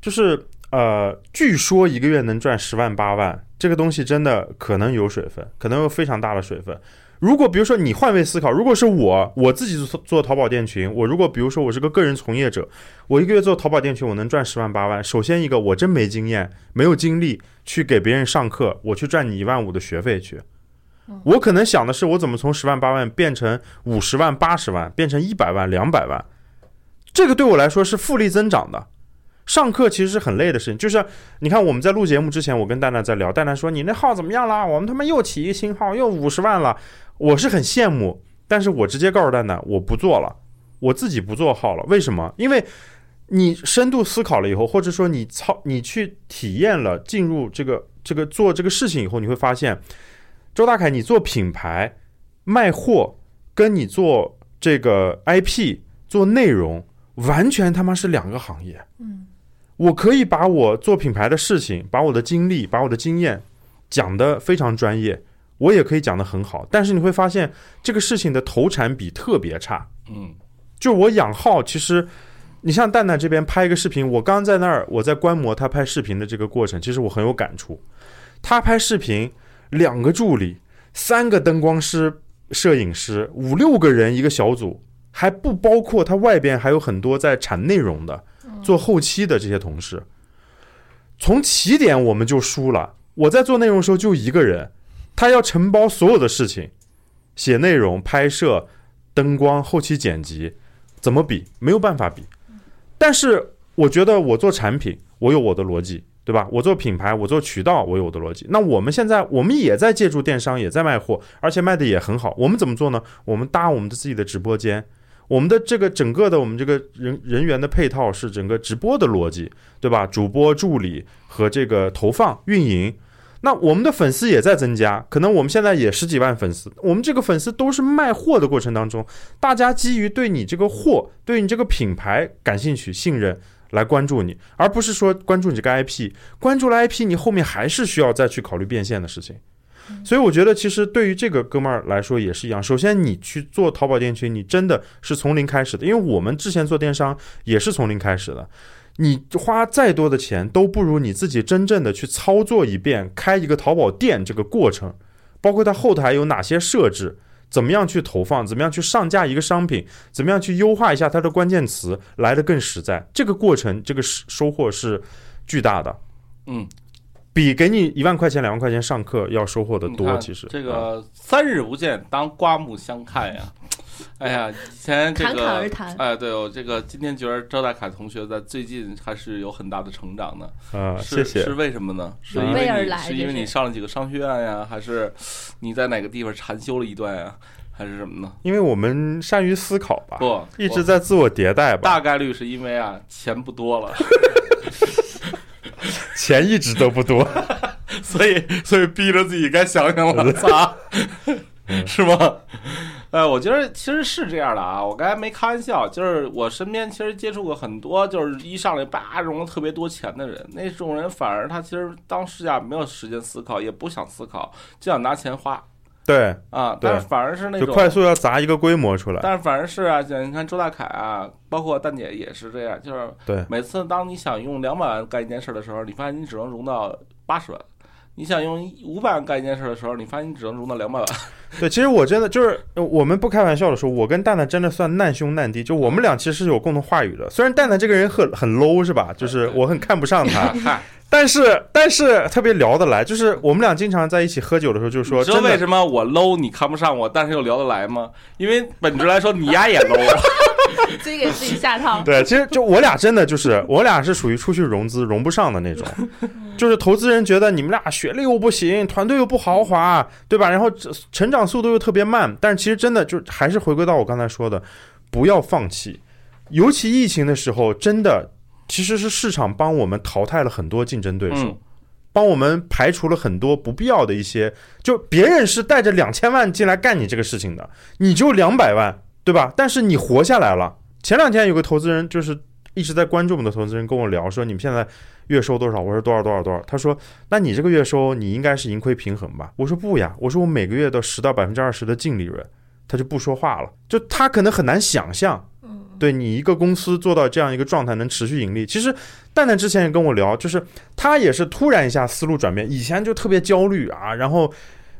C: 就是呃，据说一个月能赚十万八万，这个东西真的可能有水分，可能有非常大的水分。如果比如说你换位思考，如果是我我自己做做淘宝店群，我如果比如说我是个个人从业者，我一个月做淘宝店群，我能赚十万八万。首先一个我真没经验，没有精力去给别人上课，我去赚你一万五的学费去
B: 嗯。
C: 我可能想的是，我怎么从十万八万变成五十万、八十万，变成一百万、两百万，这个对我来说是复利增长的。上课其实是很累的事情，就是你看我们在录节目之前，我跟蛋蛋在聊，蛋蛋说你那号怎么样啦？我们他妈又起一个新号，又五十万了，我是很羡慕，但是我直接告诉蛋蛋，我不做了，我自己不做号了。为什么？因为你深度思考了以后，或者说你操，你去体验了，进入这个这个做这个事情以后，你会发现，周大凯，你做品牌卖货，跟你做这个 IP 做内容，完全他妈是两个行业。
B: 嗯，
C: 我可以把我做品牌的事情，把我的经历，把我的经验讲得非常专业，我也可以讲得很好。但是你会发现，这个事情的投产比特别差。
A: 嗯
C: 就我养号，其实你像蛋蛋这边拍一个视频，我刚在那儿我在观摩他拍视频的这个过程，其实我很有感触。他拍视频，两个助理，三个灯光师、摄影师，五六个人一个小组，还不包括他外边还有很多在产内容的、做后期的这些同事。从起点我们就输了，我在做内容的时候就一个人，他要承包所有的事情，写内容、拍摄、灯光、后期剪辑，怎么比？没有办法比。但是我觉得我做产品，我有我的逻辑，对吧？我做品牌，我做渠道，我有我的逻辑。那我们现在我们也在借助电商，也在卖货，而且卖的也很好。我们怎么做呢？我们搭我们的自己的直播间。我们的这个整个的我们这个人人员的配套是整个直播的逻辑，对吧？主播、助理和这个投放、运营，那我们的粉丝也在增加，可能我们现在也十几万粉丝，我们这个粉丝都是卖货的过程当中，大家基于对你这个货、对你这个品牌感兴趣、信任来关注你，而不是说关注你这个 IP。关注了 IP，你后面还是需要再去考虑变现的事情。所以我觉得，其实对于这个哥们儿来说也是一样。首先，你去做淘宝店群，你真的是从零开始的，因为我们之前做电商也是从零开始的。你花再多的钱，都不如你自己真正的去操作一遍，开一个淘宝店这个过程，包括它后台有哪些设置，怎么样去投放，怎么样去上架一个商品，怎么样去优化一下它的关键词，来的更实在。这个过程，这个收收获是巨大的，
A: 嗯，
C: 比给你一万块钱、两万块钱上课要收获的
A: 你
C: 多。
A: 看
C: 其实
A: 这
C: 嗯
A: 个三日不见，当刮目相看呀。哎呀，以前这
B: 侃侃而
A: 个，
B: 谈，
A: 哎，对我这个今天觉得赵大凯同学在最近还是有很大的成长的，
C: 啊、
A: 是
C: 谢谢
A: 是。为什么呢？是
C: 嗯
A: 因
B: 为
A: 为
B: 而
A: 你
B: 来
A: 是
B: 这
A: 因为
B: 是
A: 你上了几个商学院呀，还是你在哪个地方禅修了一段呀，还是什么呢？
C: 因为我们善于思考吧，
A: 不，
C: 啊一
A: 我
C: 直在自我迭代吧，
A: 大概率是因为啊钱不多 了，
C: 钱一直都 不多。
A: 所以所以逼着自己该想想
C: 嗯
A: 了，咋？ 是吗？呃，我觉得其实是这样的啊，我刚才没开玩笑，就是我身边其实接触过很多，就是一上来叭融了特别多钱的人，那种人反而他其实当时啊没有时间思考，也不想思考，就想拿钱花
C: 对，
A: 啊，
C: 对
A: 但是反而是那
C: 就
A: 种
C: 快速要砸一个规模出来。
A: 但是反正是啊，姐你看周大凯啊，包括蛋姐也是这样，就是
C: 对
A: 每次当你想用两百万干一件事的时候，你发现你只能融到八十万；你想用五百万干一件事的时候，你发现你只能融到两百 万。
C: 对，其实我真的就是呃我们不开玩笑的说，我跟蛋蛋真的算难兄难弟，就我们俩其实是有共同话语的。虽然蛋蛋这个人很很 low 是吧？就是我很看不上他，
A: 嗨，
C: 但是但是特别聊得来，就是我们俩经常在一起喝酒的时候就 说，
A: 你知道
C: 真
A: 为
C: 的
A: 什么我 low 你看不上我，但是又聊得来吗？因为本质来说，你丫也 low。
B: 自己给自己下套。
C: 对，其实就我俩真的就是我俩是属于出去融资融不上的那种，就是投资人觉得你们俩学历又不行，团队又不豪华，对吧？然后这成长速度又特别慢，但是其实真的就还是回归到我刚才说的，不要放弃。尤其疫情的时候，真的其实是市场帮我们淘汰了很多竞 争对手，
A: 嗯，
C: 帮我们排除了很多不必要的一些，就别人是带着两千万进来干你这个事情的，你就两百万，对吧？但是你活下来了。前两天有个投资人就是一直在关注我们的投资人跟我聊说，你们现在月收多少？我说多少多少多少。他说，那你这个月收你应该是盈亏平衡吧？我说不呀，我说我每个月都十到百分之二十的净利润。他就不说话了，就他可能很难想象，
B: 嗯，
C: 对你一个公司做到这样一个状态能持续盈利，其实蛋蛋之前也跟我聊，就是他也是突然一下思路转变，以前就特别焦虑啊，然后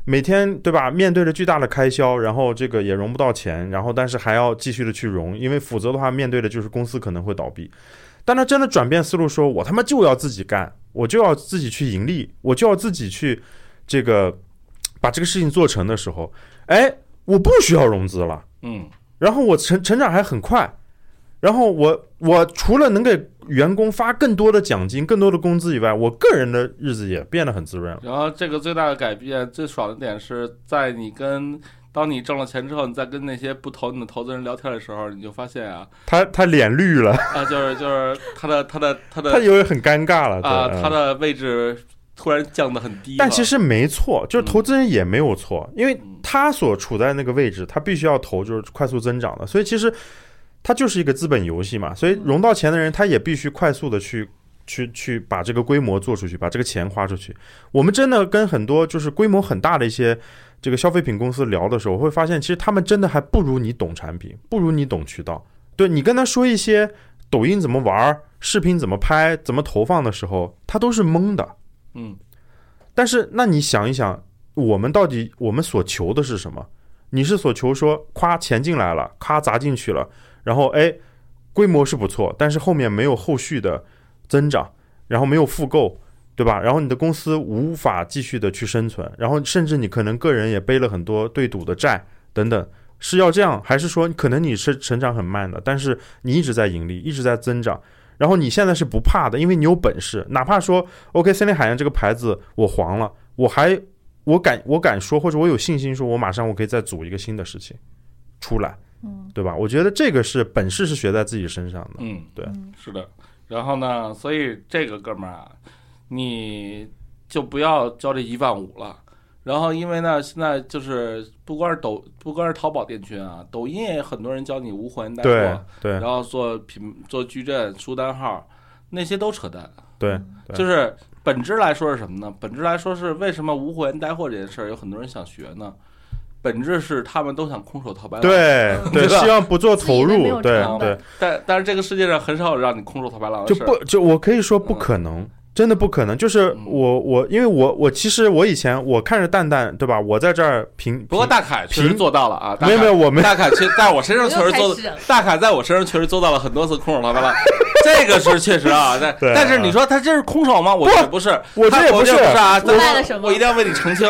C: 每天对吧，面对着巨大的开销，然后这个也融不到钱，然后但是还要继续的去融，因为否则的话，面对的就是公司可能会倒闭。但他真的转变思路说，我他妈就要自己干，我就要自己去盈利，我就要自己去这个把这个事情做成的时候，哎，我不需要融资了。
A: 嗯
C: 然后我成成长还很快，然后我我除了能给员工发更多的奖金、更多的工资以外，我个人的日子也变得很滋润了。
A: 然后这个最大的改变、最爽的点是在你跟当你挣了钱之后，你再跟那些不投你的投资人聊天的时候，你就发现啊
C: 他他脸绿了，
A: 啊，就是就是他的他的他
C: 他
A: 的
C: 有点很尴尬了。
A: 啊
C: 对嗯
A: 他。的位置突然降得很低了，
C: 但其实没错，就是
A: 嗯
C: 投资人也没有错，因为
A: 嗯
C: 他所处在那个位置，他必须要投就是快速增长的，所以其实它就是一个资本游戏嘛，所以
A: 嗯
C: 融到钱的人他也必须快速的去。去去把这个规模做出去，把这个钱花出去。我们真的跟很多就是规模很大的一些这个消费品公司聊的时候，会发现其实他们真的还不如你懂产品，不如你懂渠道。对你跟他说一些抖音怎么玩儿、视频怎么拍、怎么投放的时候，他都是懵的。
A: 嗯
C: 但是，那你想一想，我们到底我们所求的是什么？你是所求说，夸钱进来了，咔砸进去了，然后哎，规模是不错，但是后面没有后续的增长，然后没有复购，对吧？然后你的公司无法继续的去生存，然后甚至你可能个人也背了很多对赌的债等等，是要这样，还是说可能你是成长很慢的，但是你一直在盈利，一直在增长，然后你现在是不怕的，因为你有本事，哪怕说 OK 森林海洋这个牌子我黄了，我还我敢我敢说，或者我有信心说，我马上我可以再组一个新的事情出来，
B: 嗯
C: 对吧？我觉得这个是本事是学在自己身上的，
A: 嗯，
C: 对
B: 嗯
A: 是的。然后呢，所以这个哥们儿啊，你就不要交这一万五了。然后因为呢，现在就是不光是抖，不光是淘宝店群啊，抖音也有很多人教你无货源带货，
C: 对对
A: 然后做品做矩阵、书单号，那些都扯淡。
C: 对对
A: 就是本质来说是什么呢？本质来说是为什么无货源带货这件事儿有很多人想学呢？本质是他们都想空手套白狼。
C: 对对，
A: 呃嗯对吧
C: 希望不做投
B: 自己没
C: 入，
B: 有
C: 对
B: 成
C: 对
B: 本，
A: 但但是这个世界上很少有让你空手套白狼的
C: 就
A: 事儿。
C: 不就我可以说不可能。真的不可能，就是
A: 嗯
C: 我我，因为我我其实我以前我看着蛋蛋，对吧？我在这儿评，
A: 不过大凯确实
C: 平
A: 做到了啊，大
C: 没有没有，我
A: 凯
C: 们
A: 大凯确在我身上确实
B: 又
A: 做
B: 开始了，
A: 大凯在我身上确实做到了很多次空手套白 狼，这个是确实啊。但
C: 对啊
A: 但是你说他这是空手吗？我觉得不是，
C: 我这
A: 他
C: 也
A: 我
C: 不
A: 觉得
C: 是
A: 不是啊。
B: 我卖了
A: 但是
B: 什么
A: 我一定要为你澄清，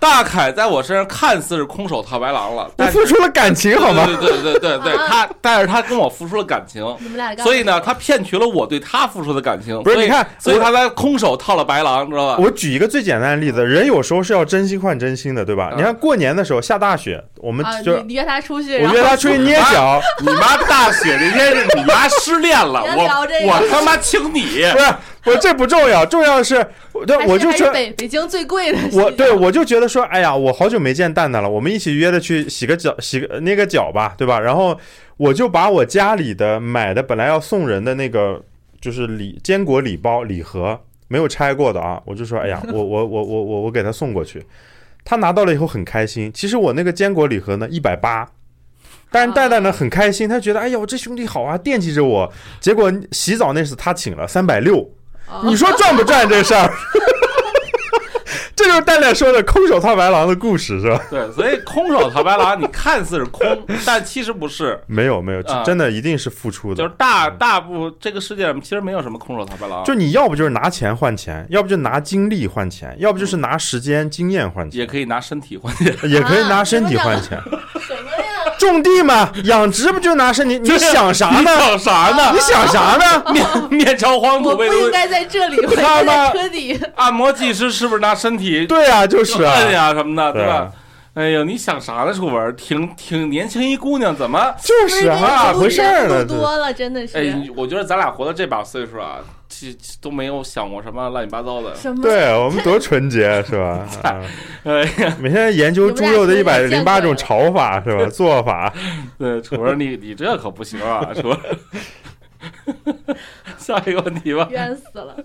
A: 大凯在我身上看似是空手套白狼了，
C: 我
A: 但是
C: 付出了感情， 好吗？
A: 对对对对对对，
B: 啊
A: 他但是他跟我付出了感情，
B: 你们俩干嘛
A: 所以呢，他骗取了我对他付出的感情。
C: 不是
A: 所以
C: 你看
A: 所以
C: 我
A: 他才空手套了白狼，知道吧？
C: 我举一个最简单的例子，人有时候是要真心换真心的，对吧？
A: 嗯
C: 你看过年的时候下大雪，我们
B: 啊，
C: 就、
B: 你你约他出去，
C: 我
B: 然后
C: 约他出去捏脚，
A: 你妈大雪那天是你妈失恋了，
B: 别
A: 我
B: 聊这个
A: 我他妈请你。
C: 不是不是这不重要，重要 的是，对
B: 还是
C: 我就
B: 还是
C: 觉
B: 北北京最贵的，
C: 我对我就觉得说，哎呀，我好久没见蛋蛋了，我们一起约着去洗个脚，洗个捏个脚吧，对吧？然后我就把我家里的买的本来要送人的那个就是礼坚果礼包礼盒没有拆过的啊，我就说，哎呀，我我我我我我给他送过去，他拿到了以后很开心。其实我那个坚果礼盒呢一百八。但是蛋蛋呢很开心，他觉得哎呀，我这兄弟好啊，惦记着我。结果洗澡那次他请了三百六，
B: 哦
C: 你说赚不赚这事儿？ 这就是蛋蛋说的空手套白狼的故事是吧？
A: 对，所以空手套白狼，你看似是 空，但其实不是。
C: 没有没有，
A: 啊
C: 真的一定是付出的。
A: 就是啊大大部这个世界上其实没有什么空手套白狼，
C: 嗯就你要不就是拿钱换钱，要不就拿精力换钱，要不就是拿时间经验换钱，
A: 也可以拿身体换钱。
C: 也可以
B: 啊
C: 拿身体换 钱。
B: 什么啊呀？
C: 种地嘛，养殖不就拿身体？你
A: 就是
C: 想啥
A: 你
C: 呢？
A: 想啥呢？
C: 你想啥呢？
A: 面面朝黄
B: 我
A: 土
B: 不
A: 背
B: 应
A: 朝
B: 该在这 里，我应
A: 他
B: 该
A: 妈
B: 在车底。
A: 按摩技师是不是拿身体
C: 对啊，就是啊，
A: 按呀什么的，
C: 对
A: 对
C: 啊
A: 吧？哎呦，你想啥呢，楚文？挺挺年轻一姑娘，怎么？
C: 就是啊，
B: 那
C: 咋
B: 个路
C: 回事儿呢？
B: 人
C: 这
B: 路多了，真的是。啊
A: 哎，我觉得咱俩活到这把岁数啊，其其都没有想过什么乱七八糟的。
B: 什么？
C: 对我们多纯洁是吧？啊
A: 哎呀，
C: 每天研究猪肉的一百零八种炒法是吧？做 法，
A: 对，楚文，你你这可不行 啊，楚文。 下一个问题吧。
B: 冤死了。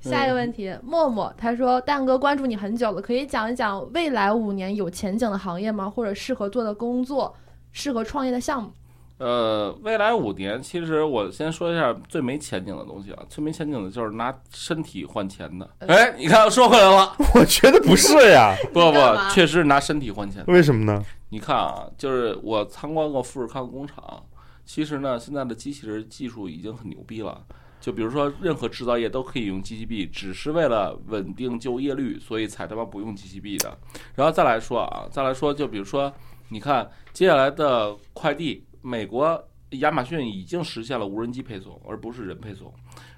B: 下一个问题，默默他说：“蛋哥关注你很久了，可以讲一讲未来五年有前景的行业吗？或者适合做的工作，适合创业的项目？
A: 呃，未来五年，其实我先说一下最没前景的东西啊，最没前景的就是拿身体换钱的。哎，你看说回来了，
C: 我觉得不是呀，
A: 不不
B: 干嘛，
A: 确实是拿身体换钱的。
C: 为什么呢？
A: 你看啊，就是我参观过富士康工厂，其实呢，现在的机器人技术已经很牛逼了。就比如说，任何制造业都可以用机器臂，只是为了稳定就业率，所以才他妈不用机器臂的。然后再来说啊，再来说，就比如说，你看接下来的快递，美国亚马逊已经实现了无人机配送，而不是人配送。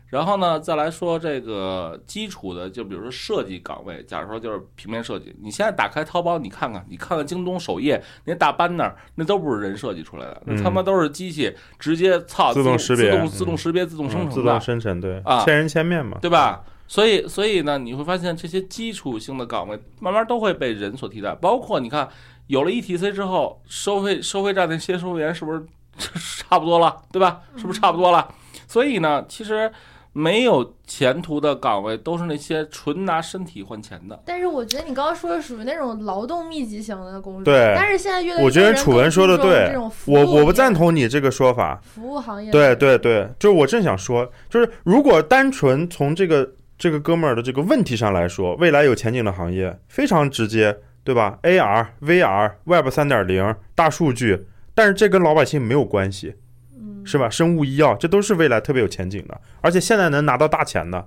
A: 然后呢，再来说这个基础的，就比如说设计岗位，假如说就是平面设计，你现在打开淘宝，你看看，你看看京东首页那大 banner，那都不是人设计出来的，那他妈都是机器直接操
C: 嗯自动识别
A: 自动
C: 嗯
A: 自动识别、自动生
C: 嗯
A: 成
C: 自动
A: 的，
C: 生成，对
A: 啊，
C: 千人千面嘛，
A: 对吧？所以，所以呢，你会发现这些基础性的岗位慢慢都会被人所替代，包括你看，有了 ETC 之后，收费收费站那些收费员是不是 差不多了，对吧？是不是差不多了？所以呢，其实没有前途的岗位都是那些纯拿身体换钱的。
B: 但是我觉得你刚刚说的属于那种劳动密集型的工作，
C: 对
B: 但是现在越来越
C: 我觉得
B: 多人
C: 楚文
B: 更
C: 说的
B: 注重
C: 对
B: 这种服务
C: 我我不
B: 业
C: 赞同你这个说法，
B: 服务行业，
C: 对，对对，就是我正想说，就是如果单纯从这个这个哥们儿的这个问题上来说，未来有前景的行业非常直接，对吧？AR、VR、Web 三点零、大数据，但是这跟老百姓没有关系，
B: 嗯，
C: 是吧？生物医药，这都是未来特别有前景的，而且现在能拿到大钱的。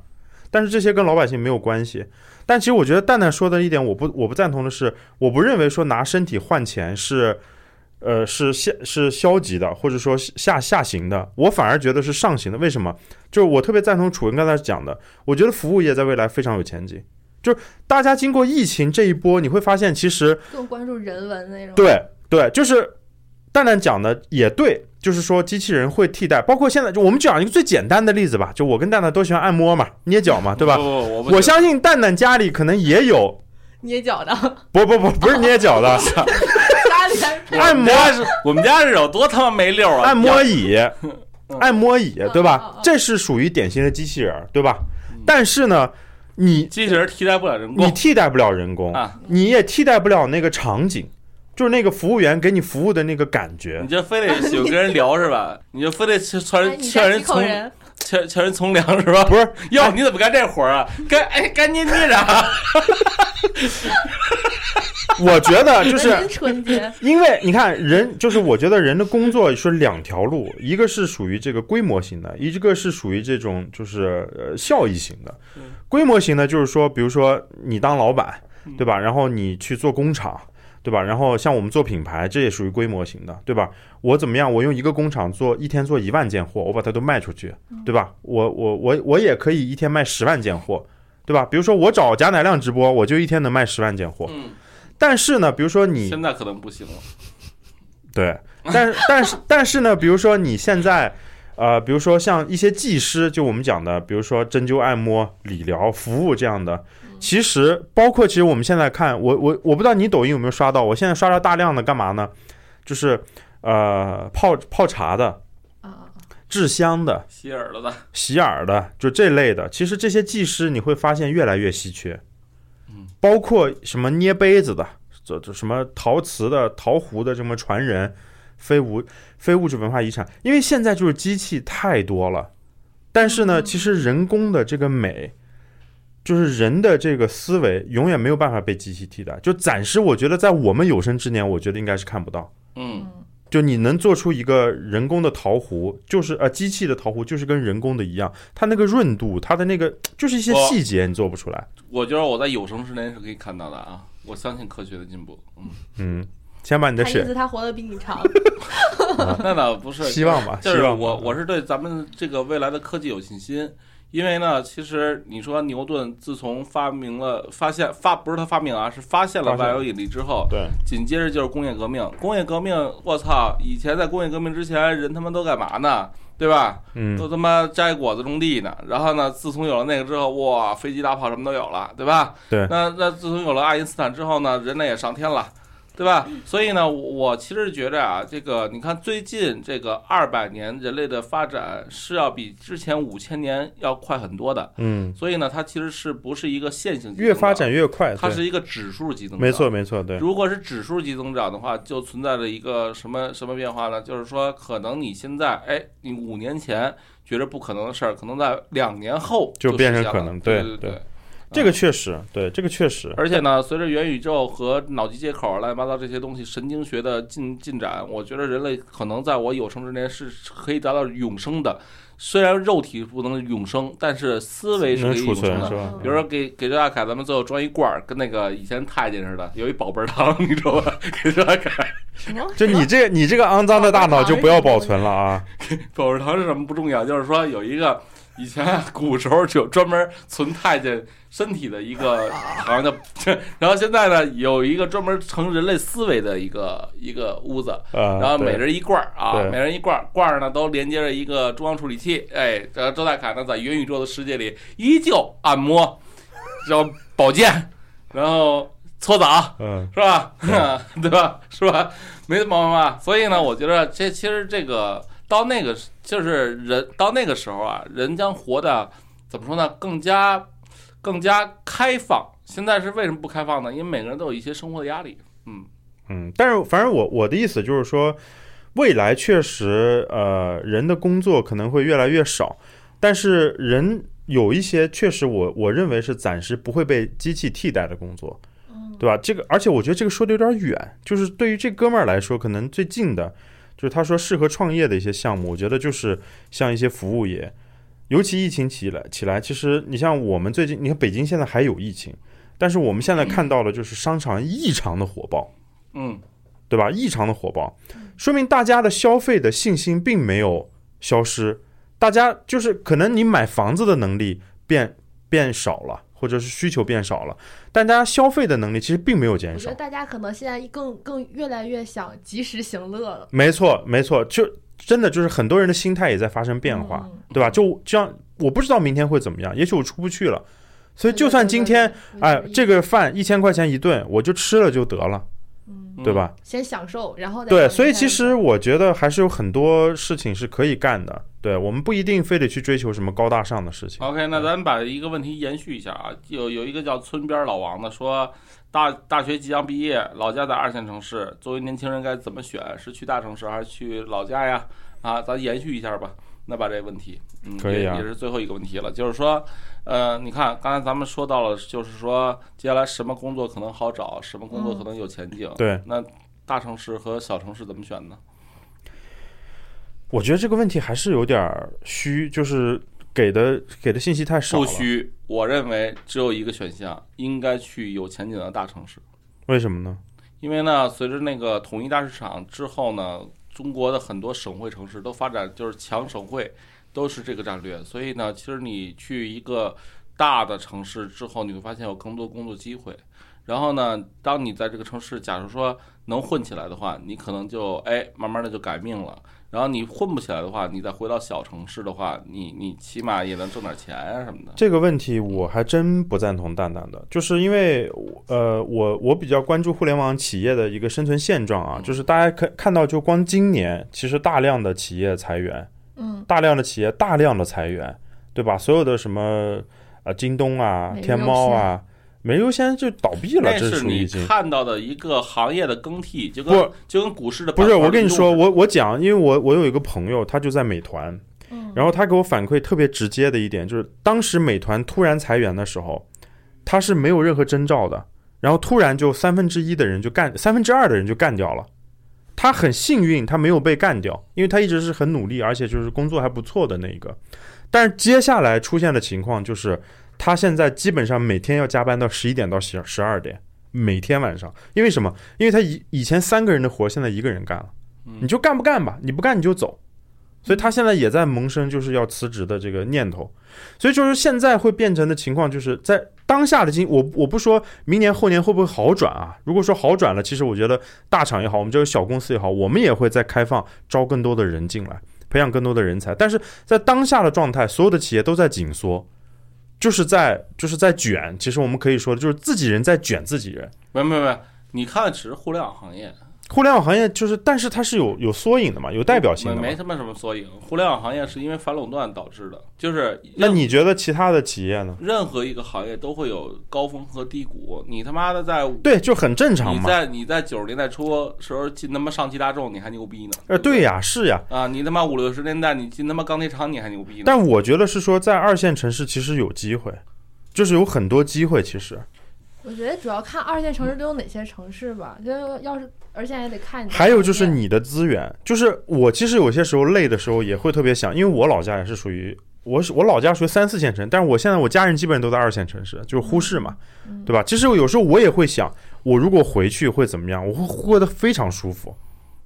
C: 但是这些跟老百姓没有关系。但其实我觉得蛋蛋说的一点，我不我不赞同的是，我不认为说拿身体换钱是，呃，是下是消极的，或者说下下行的。我反而觉得是上行的。为什么？就是我特别赞同楚文刚才讲的，我觉得服务业在未来非常有前景。就是大家经过疫情这一波，你会发现其实
A: 嗯
B: 更关注人文那种。
C: 对对，就是蛋蛋讲的也对，就是说机器人会替代，包括现在就我们讲一个最简单的例子吧，就我跟蛋蛋都喜欢按摩嘛，捏脚嘛，对吧
A: 不？不，我不
C: 我相信蛋蛋家里可能也有，
B: 捏脚的，
C: 不不不，不是捏脚的
B: 家里还配
C: 按摩
A: 我们家是我们家是有多他妈没溜啊！
C: 按摩椅， 按摩椅，
B: 嗯
C: 对
B: 嗯
C: 吧
B: 嗯？
C: 这是属于典型的机器人儿，对吧
A: 嗯？
C: 但是呢，你
A: 机器人替代不了人
C: 你
A: 工
C: 替代不了人工，
A: 啊！
C: 你也替代不了那个场景，就是那个服务员给你服务的那个感觉
A: 你。就非得喜欢跟人聊是吧？你就非得劝
B: 哎
A: 人
B: 你
A: 劝
B: 家
A: 人
B: 几口
A: 从
B: 人？
A: 劝劝人从良是吧？
C: 不是，
A: 哟，你怎么干这活儿啊？该哎，该捏捏着啊。
C: 我觉得就是
B: 人纯 洁，
C: 因为你看人，就是我觉得人的工作是两条路，一个是属于这个规模型的，一个是属于这种就是呃效益型的
A: 嗯。
C: 规模型的，就是说，比如说你当老板，
A: 嗯
C: 对吧？然后你去做工厂，对吧？然后像我们做品牌，这也属于规模型的，对吧？我怎么样？我用一个工厂做一天做一万件货，我把它都卖出去，
A: 嗯
C: 对吧？我我我我也可以一天卖十万件货，对吧？比如说我找贾乃亮直播，我就一天能卖十万件货。
A: 嗯，
C: 但是呢，比如说你
A: 现在可能不行了。
C: 对，但是但是但是呢，比如说你现在，呃，比如说像一些技师，就我们讲的，比如说针灸、按摩、理疗、服务这样的，其实包括其实我们现在看，我我我不知道你抖音有没有刷到，我现在刷到大量的干嘛呢？就是呃泡泡茶的、
B: 啊，
C: 制香的、
A: 吸耳朵的，
C: 洗耳的，就这类的，其实这些技师你会发现越来越稀缺
A: 嗯，
C: 包括什么捏杯子的，这这什么陶瓷的、陶壶的什么传人，非物非物质文化遗产，因为现在就是机器太多了，但是呢，
B: 嗯
C: 其实人工的这个美。就是人的这个思维永远没有办法被机器替代，就暂时我觉得在我们有生之年，我觉得应该是看不到。
A: 嗯，
B: 嗯
C: 就你能做出一个人工的陶壶，就是呃机器的陶壶，就是跟人工的一样，它那个润度，它的那个就是一些
A: 哦
C: 细节你做不出来。
A: 我觉得我在有生之年是可以看到的啊！我相信科学的进步。 嗯，
C: 嗯，先把你的
B: 他意
C: 血，
B: 思他活得比你长，
A: 那倒不是，
C: 啊希望吧
A: 就是
C: 希望吧啊
A: 我我是对咱们这个未来的科技有信心，因为呢，其实你说牛顿自从发明了发现发不是他发明啊，是发现了
C: 发现
A: 万有引力之后，
C: 对，
A: 紧接着就是工业革命。工业革命，我操！以前在工业革命之前，人他妈都干嘛呢？对吧？
C: 嗯
A: 都他妈摘果子种地呢。然后呢，自从有了那个之后，哇，飞机、大炮什么都有了，对吧？
C: 对
A: 那那自从有了爱因斯坦之后呢，人类也上天了。对吧？所以呢，我我其实觉着啊，这个你看最近这个二百年人类的发展是要比之前五千年要快很多的，
C: 嗯，
A: 所以呢，它其实是不是一个线性级
C: 越
A: 增
C: 发
A: 长
C: 展越快，
A: 它
C: 对
A: 是一个指数级增长，
C: 没错没错，对，
A: 如果是指数级增长的话，就存在着一个什么什么变化呢？就是说，可能你现在，哎，你五年前觉着不可能的事儿，可能在两年后
C: 就变成
A: 实现
C: 可
A: 了
C: 能
A: 对
C: 对
A: 对
C: 对。这个确实，对这个确实，
A: 而且呢，随着元宇宙和脑机接口乱七八糟这些东西神经学的进进展，我觉得人类可能在我有生之年是可以达到永生的。虽然肉体不能永生，但是思维是
C: 能
A: 可以
C: 储
A: 永生
C: 存
A: 的
C: 是。吧？
A: 比如说给给周大凯，咱们最后装一罐儿，跟那个以前太监似的，有一宝贝儿糖， 你知道吧？给周大凯
B: 什么？
C: 就你这个你这个肮脏的大脑就不要保存了啊！
A: 宝石堂是什么不重要，就是说有一个以前古时候就有专门存太监身体的一个堂叫， 然后现在呢有一个专门盛人类思维的一个一个屋子，
C: 呃，
A: 然后
C: 对
A: 每人一罐儿啊，
C: 对
A: 每人一罐儿，罐儿呢都连接着一个中央处理器，哎，然后周大凯呢在元宇宙的世界里依旧按摩，然后保健，然后搓澡，
C: 嗯，
A: 是吧？ 对吧？是吧？没毛病吧？所以呢，我觉得这其实这个到那个就是人到那个时候啊，人将活的怎么说呢？更加更加开放。现在是为什么不开放呢？因为每个人都有一些生活的压力。嗯，
C: 嗯，但是反正我我的意思就是说，未来确实呃，人的工作可能会越来越少，但是人有一些确实我我认为是暂时不会被机器替代的工作，
B: 嗯，
C: 对吧？这个而且我觉得这个说的有点远，就是对于这哥们儿来说，可能最近的就是他说适合创业的一些项目，我觉得就是像一些服务业，尤其疫情起来起来，其实你像我们最近，你看北京现在还有疫情，但是我们现在看到了就是商场异常的火爆。
A: 嗯，
C: 对吧？异常的火爆，说明大家的消费的信心并没有消失，大家就是可能你买房子的能力变变少了，或者是需求变少了，但大家消费的能力其实并没有减
B: 我觉
C: 少
B: 得。大家可能现在更更越来越想及时行乐了，
C: 没错，没错，就真的就是很多人的心态也在发生变化。
B: 嗯。
C: 对吧？就这样，我不知道明天会怎么样，也许我出不去了，所以就算今天，
B: 嗯对，对对
C: 哎
B: 对，
C: 这个饭一千块钱一顿，我就吃了就得了，
B: 嗯，
C: 对吧？
B: 先享受，然后再
C: 对，
B: 看
C: 所以
B: 看
C: 其实我觉得还是有很多事情是可以干的。对我们不一定非得去追求什么高大上的事情。
A: OK，那咱们把一个问题延续一下啊，有有一个叫村边老王的说，大大学即将毕业，老家在二线城市，作为年轻人该怎么选？是去大城市还是去老家呀？啊，咱延续一下吧。那把这个问题，嗯，
C: 可以啊
A: 也，也是最后一个问题了，就是说，呃，你看刚才咱们说到了，就是说接下来什么工作可能好找，什么工作
B: 嗯
A: 可能有前景。
C: 对，
A: 那大城市和小城市怎么选呢？
C: 我觉得这个问题还是有点儿虚，就是给的给的信息太少
A: 不
C: 了。
A: 虚，我认为只有一个选项，应该去有前景的大城市。
C: 为什么呢？
A: 因为呢，随着那个统一大市场之后呢，中国的很多省会城市都发展就是强省会，都是这个战略。所以呢，其实你去一个大的城市之后，你会发现有更多工作机会。然后呢，当你在这个城市，假如说能混起来的话，你可能就哎慢慢的就改命了。然后你混不起来的话，你再回到小城市的话，你你起码也能挣点钱啊什么的。
C: 这个问题我还真不赞同蛋蛋的，就是因为我呃，我我比较关注互联网企业的一个生存现状啊，
A: 嗯
C: 就是大家看看到，就光今年其实大量的企业裁员，
B: 嗯，
C: 大量的企业大量的裁员，对吧？所有的什么呃京东啊
B: 每、日
C: 天猫啊、每日优先就倒闭了，
A: 那
C: 这
A: 是
C: 属于
A: 你
C: 已经。
A: 看到的一个行业的更替，就跟
C: 不
A: 就跟股市的
C: 不是，
A: 板块
C: 我跟你
A: 轮动
C: 说，
A: 似的
C: 我我讲，因为我我有一个朋友，他就在美团，
B: 嗯，
C: 然后他给我反馈特别直接的一点，就是当时美团突然裁员的时候，他是没有任何征兆的，然后突然就三分之一的人就干，三分之二的人就干掉了。他很幸运，他没有被干掉，因为他一直是很努力，而且就是工作还不错的那一个。但是接下来出现的情况就是，他现在基本上每天要加班到十一点到十十二点，每天晚上。因为什么？因为他以以前三个人的活，现在一个人干了。
A: 嗯
C: 你就干不干吧，你不干你就走。所以他现在也在萌生就是要辞职的这个念头，所以就是现在会变成的情况，就是在当下的经，我我不说明年后年会不会好转啊？如果说好转了，其实我觉得大厂也好，我们这个小公司也好，我们也会再开放招更多的人进来，培养更多的人才。但是在当下的状态，所有的企业都在紧缩，就是在就是在卷。其实我们可以说，就是自己人在卷自己人。
A: 没有没有没有，你看，只是互联网行业
C: 互联网行业就是，但是它是有有缩影的嘛，有代表性的
A: 没
C: 嘛。
A: 什么什么缩影。互联网行业是因为反垄断导致的，就是
C: 那
A: 任
C: 你觉得其他的企业呢？
A: 任何一个行业都会有高峰和低谷。你他妈的在
C: 对，就很正常
A: 你
C: 嘛。
A: 在你在九十年代初时候进他妈上汽大众，你还牛逼呢。对
C: 呃，
A: 不对
C: 对呀，是呀。
A: 啊，你他妈五六十年代你进他妈钢铁厂，你还牛逼呢。
C: 但我觉得是说，在二线城市其实有机会，就是有很多机会。其实
B: 我觉得主要看二线城市都有哪些城市吧，就要是而且也得看你的
C: 还有就是
B: 行业
C: 你的资源，就是我其实有些时候累的时候也会特别想，因为我老家也是属于我是我老家属于三四线城，但是我现在我家人基本都在二线城市，就是呼市嘛，
B: 嗯
C: 对吧？其实有时候我也会想，我如果回去会怎么样？我会过得非常舒服，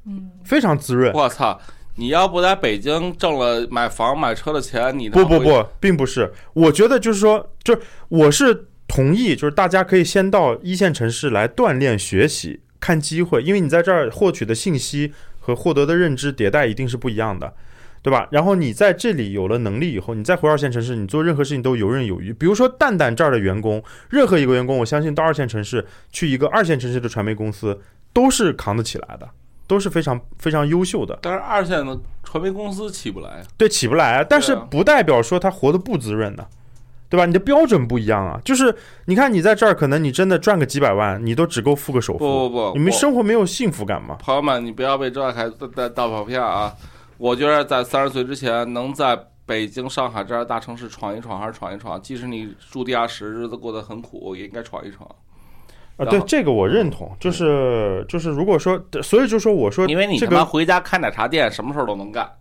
B: 嗯，
C: 非常滋润。
A: 我操，你要不在北京挣了买房买车的钱，你他
C: 不
A: 妈
C: 不
A: 回
C: 不，并不是，我觉得就是说，就是我是同意，就是大家可以先到一线城市来锻炼学习，看机会，因为你在这儿获取的信息和获得的认知迭代一定是不一样的。对吧？然后你在这里有了能力以后，你再回二线城市，你做任何事情都游刃有余。比如说蛋蛋这儿的员工，任何一个员工，我相信到二线城市去一个二线城市的传媒公司，都是扛得起来的，都是非常非常优秀的。
A: 但是二线的传媒公司起不来，
C: 对，起不来，但是
A: 对啊
C: 不代表说他活得不滋润的，对吧？你的标准不一样啊，就是你看你在这儿，可能你真的赚个几百万，你都只够付个首
A: 不
C: 付，
A: 不不，
C: 你们
A: 我
C: 生活没有幸福感吗？
A: 朋友们，你不要被周大凯带带带跑偏啊！我觉得在三十岁之前，能在北京、上海这样的大城市闯一闯，还是闯一闯。即使你住地下室，日子过得很苦，也应该闯一闯。
C: 啊，
A: 然
C: 对
A: 后
C: 这个我认同，就是就是，如果说，所以就说我说
A: 因为嗯你
C: 这
A: 他
C: 个
A: 妈回家开奶茶店，什么事儿都能干。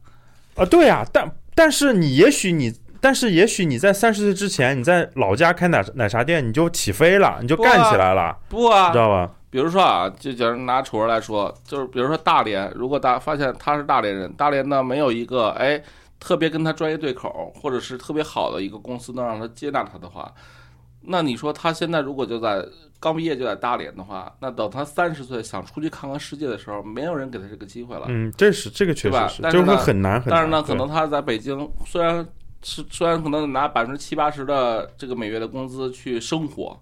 C: 啊，对呀、但但是你也许你。但是也许你在三十岁之前，你在老家开奶奶茶店，你就起飞了，你就
A: 不啊
C: 干起来了，
A: 不啊
C: 你知，道吧？
A: 比如说啊，就假如拿楚儿来说，就是比如说大连，如果大家发现他是大连人，大连呢没有一个哎特别跟他专业对口，或者是特别好的一个公司能让他接纳他的话，那你说他现在如果就在刚毕业就在大连的话，那等他三十岁想出去看看世界的时候，没有人给他这个机会了。
C: 嗯，这是这个确
A: 对吧
C: 实是，
A: 但是
C: 就会
A: 呢
C: 很难很难。
A: 但是呢，
C: 对
A: 可能他在北京虽然是虽然可能拿百分之七八十的这个每月的工资去生活，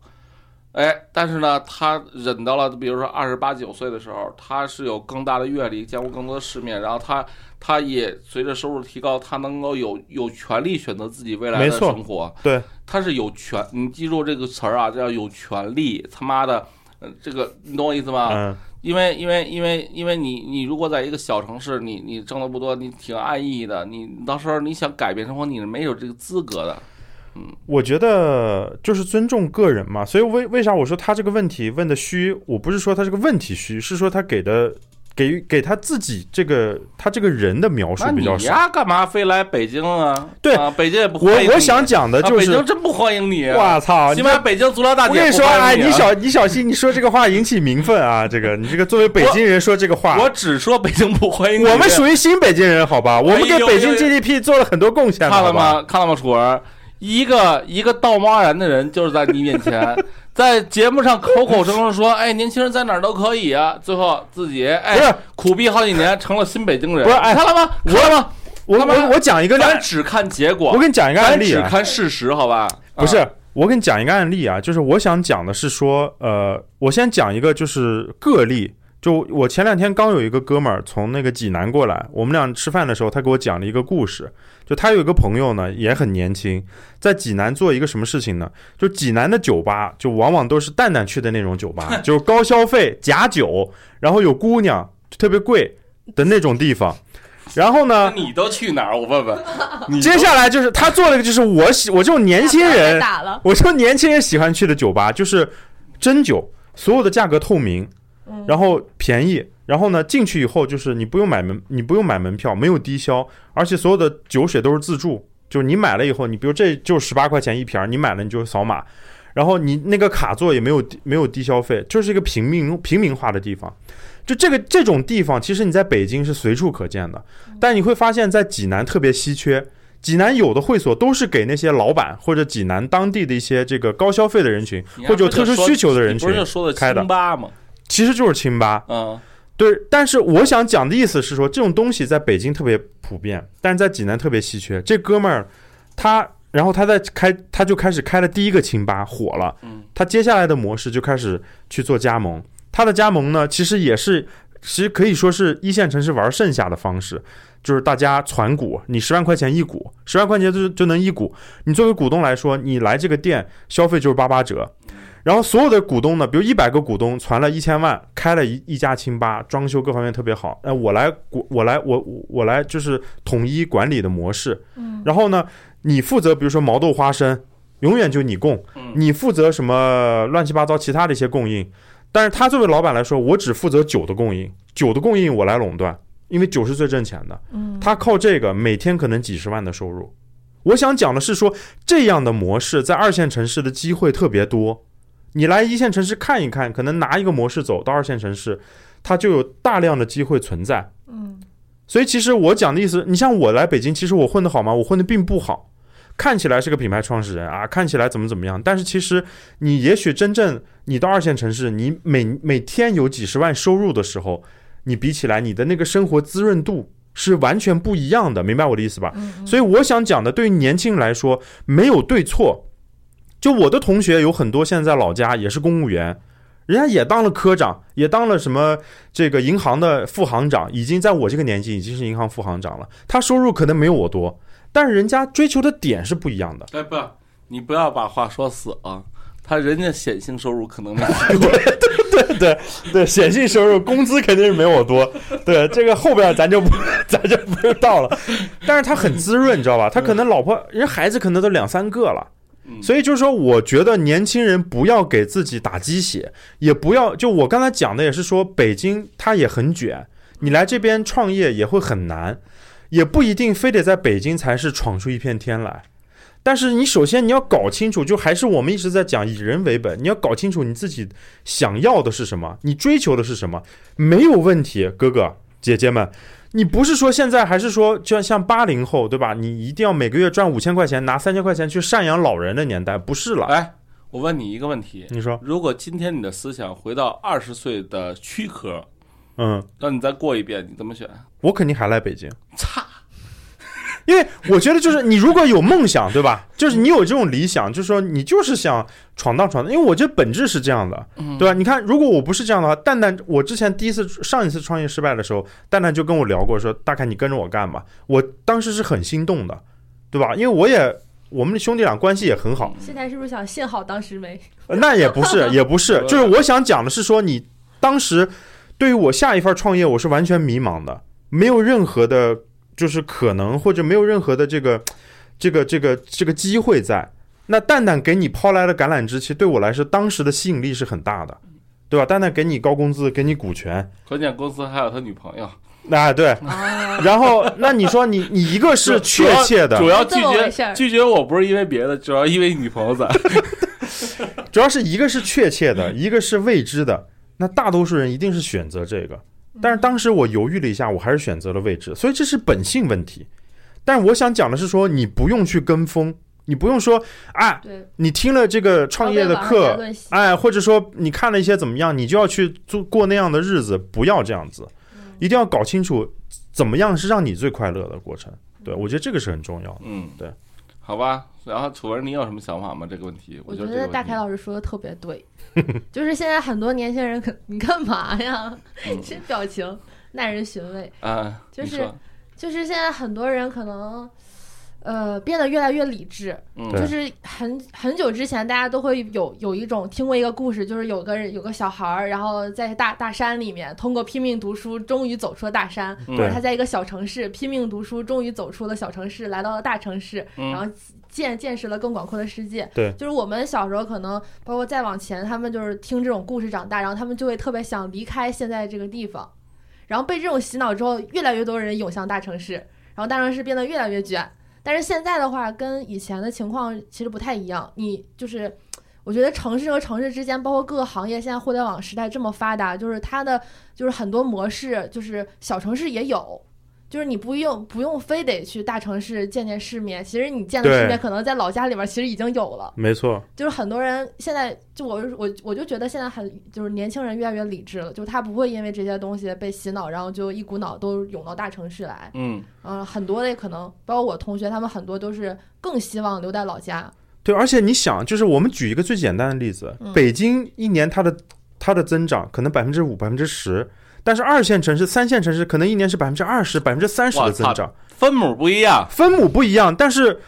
A: 哎，但是呢，他忍到了比如说二十八九岁的时候，他是有更大的阅历，见过更多的世面，然后他他也随着收入提高，他能够有有权利选择自己未来
C: 没
A: 的
C: 错
A: 生活。
C: 对，
A: 他是有权，你记住这个词儿啊，叫有权利。他妈的，呃这个你懂我意思吗？
C: 嗯，
A: 因为因为因为因为你你如果在一个小城市，你你挣的不多，你挺安逸的，你到时候你想改变生活，你是没有这个资格的。
C: 我觉得就是尊重个人嘛，所以为为啥我说他这个问题问的虚？我不是说他这个问题虚，是说他给的给予给他自己这个他这个人的描述
A: 那
C: 比
A: 你
C: 较少。
A: 呀，干嘛非来北京啊？
C: 对
A: 啊，北京也不
C: 我
A: 欢迎你
C: 我想讲的
A: 啊，
C: 就
A: 北
C: 是
A: 京，真不欢迎你。啊
C: 我操！
A: 起
C: 你
A: 码
C: 这
A: 北京足疗大姐
C: 我跟你
A: 不
C: 说，
A: 欢迎
C: 哎，
A: 你
C: 你
A: 啊
C: 小你小心，你说这个话引起民愤啊！这个你这个作为北京人说这个话，
A: 我只说北京不欢迎你。
C: 啊我们属于新北京人，好吧？我们给
A: 哎呦
C: 北京
A: 呦呦
C: GDP 做了很多贡献，
A: 看
C: 好
A: 了
C: 吧？
A: 吗？看了吗？楚儿，一个一个道貌岸然的人，就是在你面前， 在节目上口口声声说，哎，年轻人在哪儿都可以啊，最后自己
C: 不是
A: 哎苦逼好几年，成了新北京人。
C: 不是哎
A: 看了吗？看了吗？
C: 我
A: 他妈
C: 我我讲一个
A: 咱
C: 案，
A: 只看结
C: 我
A: 果，
C: 跟你讲一个案
A: 咱
C: 例
A: 只
C: 啊。
A: 看事实，好吧？
C: 不是
A: 啊，
C: 我跟你讲一个案例啊，就是我想讲的是说，呃，我先讲一个就是个例。就我前两天刚有一个哥们儿从那个济南过来，我们俩吃饭的时候，他给我讲了一个故事。就他有一个朋友呢，也很年轻，在济南做一个什么事情呢？就济南的酒吧，就往往都是蛋蛋去的那种酒吧，就是高消费、假酒，然后有姑娘，就特别贵的那种地方。然后
A: 那
C: 呢，
A: 你都去哪儿？我问 问。你
C: 接下来就是他做了一个，就是我喜我这种年轻人
D: 打了，
C: 我说年轻人喜欢去的酒吧就是真酒，所有的价格透明，
B: 嗯
C: 然后便宜，然后呢进去以后就是你不用买门，你不用买门票，没有低消，而且所有的酒水都是自助，就是你买了以后，你比如这就十八块钱一瓶儿，你买了你就扫码，然后你那个卡座也没有低没有低消费，就是一个平民平民化的地方。就这个这种地方，其实你在北京是随处可见的，但你会发现在济南特别稀缺。济南有的会所都是给那些老板或者济南当地的一些这个高消费的人群
A: 你，还
C: 或者有
A: 不就
C: 特殊
A: 说
C: 需求的人
A: 你不是
C: 群
A: 就，说的
C: 开的
A: 清吧吗？
C: 其实就是清吧。
A: 嗯，
C: 对，但是我想讲的意思是说，这种东西在北京特别普遍，但是在济南特别稀缺。这哥们儿，他然后他在开，他就开始开了第一个清吧，火了。
A: 嗯
C: 他接下来的模式就开始去做加盟，它的加盟呢，其实也是，其实可以说是一线城市玩剩下的方式，就是大家攒股，你十万块钱一股，十万块钱就就能一股。你作为股东来说，你来这个店消费就是八八折。然后所有的股东呢，比如一百个股东攒了一千万，开了一一家清吧，装修各方面特别好。那我来管，我来我我我来就是统一管理的模式。
B: 嗯，
C: 然后呢，你负责比如说毛豆花生，永远就你供
A: 嗯，
C: 你负责什么乱七八糟其他的一些供应。但是他作为老板来说，我只负责酒的供应，酒的供应我来垄断，因为酒是最挣钱的。
B: 嗯，
C: 他靠这个每天可能几十万的收入。我想讲的是说，这样的模式在二线城市的机会特别多。你来一线城市看一看，可能拿一个模式走到二线城市，它就有大量的机会存在。
B: 嗯
C: 所以其实我讲的意思，你像我来北京，其实我混得好吗？我混得并不好，看起来是个品牌创始人啊，看起来怎么怎么样，但是其实你也许真正你到二线城市，你每每天有几十万收入的时候，你比起来，你的那个生活滋润度是完全不一样的，明白我的意思吧？
B: 嗯，
C: 所以我想讲的，对于年轻人来说，没有对错。就我的同学有很多现在在老家也是公务员，人家也当了科长，也当了什么这个银行的副行长，已经在我这个年纪已经是银行副行长了。他收入可能没有我多，但是人家追求的点是不 一样的。
A: 哎，不，你不要把话说死啊。他人家显性收入可 能没有
C: 对对对，显性收入工资肯定是没我多。对，这个后边咱就不咱就不用到了。但是他很滋润，你知道吧？他可能老婆人孩子可能都两三个了。
A: 嗯
C: 所以就是说，我觉得年轻人不要给自己打鸡血，也不要就我刚才讲的也是说，北京它也很卷，你来这边创业也会很难，也不一定非得在北京才是闯出一片天来。但是你首先你要搞清楚，就还是我们一直在讲以人为本，你要搞清楚你自己想要的是什么，你追求的是什么，没有问题，哥哥姐姐们。你不是说现在还是说，就像八零后对吧？你一定要每个月赚五千块钱，拿三千块钱去赡养老人的年代，不是了。
A: 哎，我问你一个问题：
C: 你说，
A: 如果今天你的思想回到二十岁的躯壳，
C: 嗯，
A: 让你再过一遍，你怎么选？
C: 我肯定还来北京，
A: 差，
C: 因为我觉得就是你如果有梦想，对吧？就是你有这种理想，就是说你就是想闯荡闯荡，因为我觉得本质是这样的，对吧？你看，如果我不是这样的话，蛋蛋，我之前第一次上一次创业失败的时候，蛋蛋就跟我聊过说，大凯你跟着我干吧，我当时是很心动的，对吧？因为我也我们兄弟俩关系也很好，
A: 嗯
B: 现在是不是想幸好当时没？
C: 呃那也不是，也不是，就是我想讲的是说，你当时对于我下一份创业，我是完全迷茫的，没有任何的，就是可能或者没有任何的这个这个这个这个机会在。那蛋蛋给你抛来的橄榄枝，其实对我来说，当时的吸引力是很大的，对吧？蛋蛋给你高工资，给你股权，
A: 关键公司还有他女朋友，
C: 啊对，
B: 啊，
C: 然后那你说你你一个是确切的，
A: 主要
B: 这
A: 拒
B: 么回事
A: 绝
B: 儿
A: 拒绝我不是因为别的，主要因为女朋友在。
C: 主要是一个是确切的，一个是未知的。那大多数人一定是选择这个，但是当时我犹豫了一下，我还是选择了未知，所以这是本性问题。但我想讲的是说，你不用去跟风，你不用说啊，
B: 对，
C: 你听了这个创业的
B: 然后被网上言
C: 课，
B: 论洗
C: 哎，或者说你看了一些怎么样，你就要去做过那样的日子，不要这样子，一定要搞清楚怎么样是让你最快乐的过程。对我觉得这个是很重要的。
A: 嗯，
C: 对，
A: 好吧。然后楚文，你有什么想法吗？这个问题，
B: 我
A: 觉
B: 觉
A: 得这个
B: 得大
A: 问题
B: 凯老师说的特别对， 就是现在很多年轻人可，你干嘛呀？
A: 嗯
B: 这表情耐人寻味。
A: 啊，
B: 就
A: 你
B: 是
A: 说
B: 就是现在很多人可能，呃，变得越来越理智。
A: 嗯
C: 对
B: 就是很很久之前，大家都会有有一种听过一个故事，就是有个人有个小孩儿，然后在大大山里面通过拼命读书，终于走出了大山。
A: 嗯
B: 或者他在一个小城市拼命读书，终于走出了小城市，来到了大城市，
A: 嗯
B: 然后见见识了更广阔的世界。
C: 对
B: 就是我们小时候可能包括再往前，他们就是听这种故事长大，然后他们就会特别想离开现在这个地方，然后被这种洗脑之后，越来越多人涌向大城市，然后大城市变得越来越卷。但是现在的话，跟以前的情况其实不太一样，你就是。我觉得城市和城市之间，包括各个行业，现在互联网时代这么发达，就是它的就是很多模式，就是小城市也有，就是你不用不用非得去大城市见见世面，其实你见的
C: 对
B: 世面可能在老家里边其实已经有了。
C: 没错，
B: 就是很多人现在就我我我就觉得现在很就是年轻人越来越理智了，就是他不会因为这些东西被洗脑，然后就一股脑都涌到大城市来。
A: 嗯，
B: 嗯、很多的可能包括我同学，他们很多都是更希望留在老家。
C: 对，而且你想，就是我们举一个最简单的例子，
B: 嗯
C: 北京一年它的它的增长可能百分之五、百分之十，但是二线城市、三线城市可能一年是百分之二十、百分之三十
A: 我
C: 的
A: 操
C: 增长，
A: 分母不一样，
C: 分母不一样，但是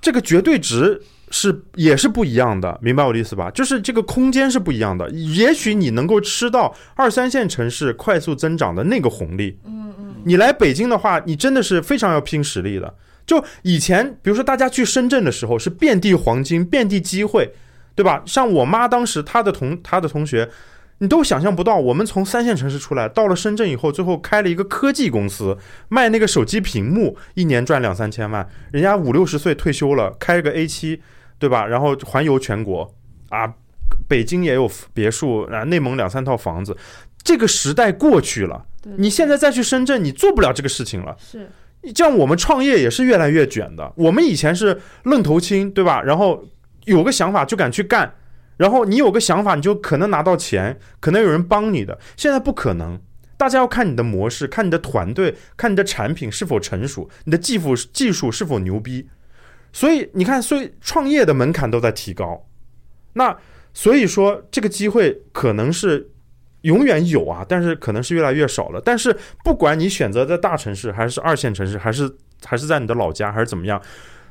C: 这个绝对值是也是不一样的，明白我的意思吧？就是这个空间是不一样的，也许你能够吃到二三线城市快速增长的那个红利，
B: 嗯嗯
C: 你来北京的话，你真的是非常要拼实力的。就以前，比如说大家去深圳的时候，是遍地黄金，遍地机会，对吧？像我妈当时，她的同她的同学，你都想象不到，我们从三线城市出来，到了深圳以后，最后开了一个科技公司，卖那个手机屏幕，一年赚两三千万。人家五六十岁退休了，开个 A 七，对吧？然后环游全国啊，北京也有别墅啊，内蒙两三套房子。这个时代过去了。
B: 对，
C: 你现在再去深圳，你做不了这个事情了。
B: 是
C: 像我们创业也是越来越卷的，我们以前是愣头青，对吧？然后有个想法就敢去干，然后你有个想法，你就可能拿到钱，可能有人帮你的。现在不可能，大家要看你的模式，看你的团队，看你的产品是否成熟，你的技术技术是否牛逼。所以你看，所以创业的门槛都在提高。那所以说，这个机会可能是永远有啊，但是可能是越来越少了。但是不管你选择在大城市，还是二线城市，还是还是在你的老家，还是怎么样，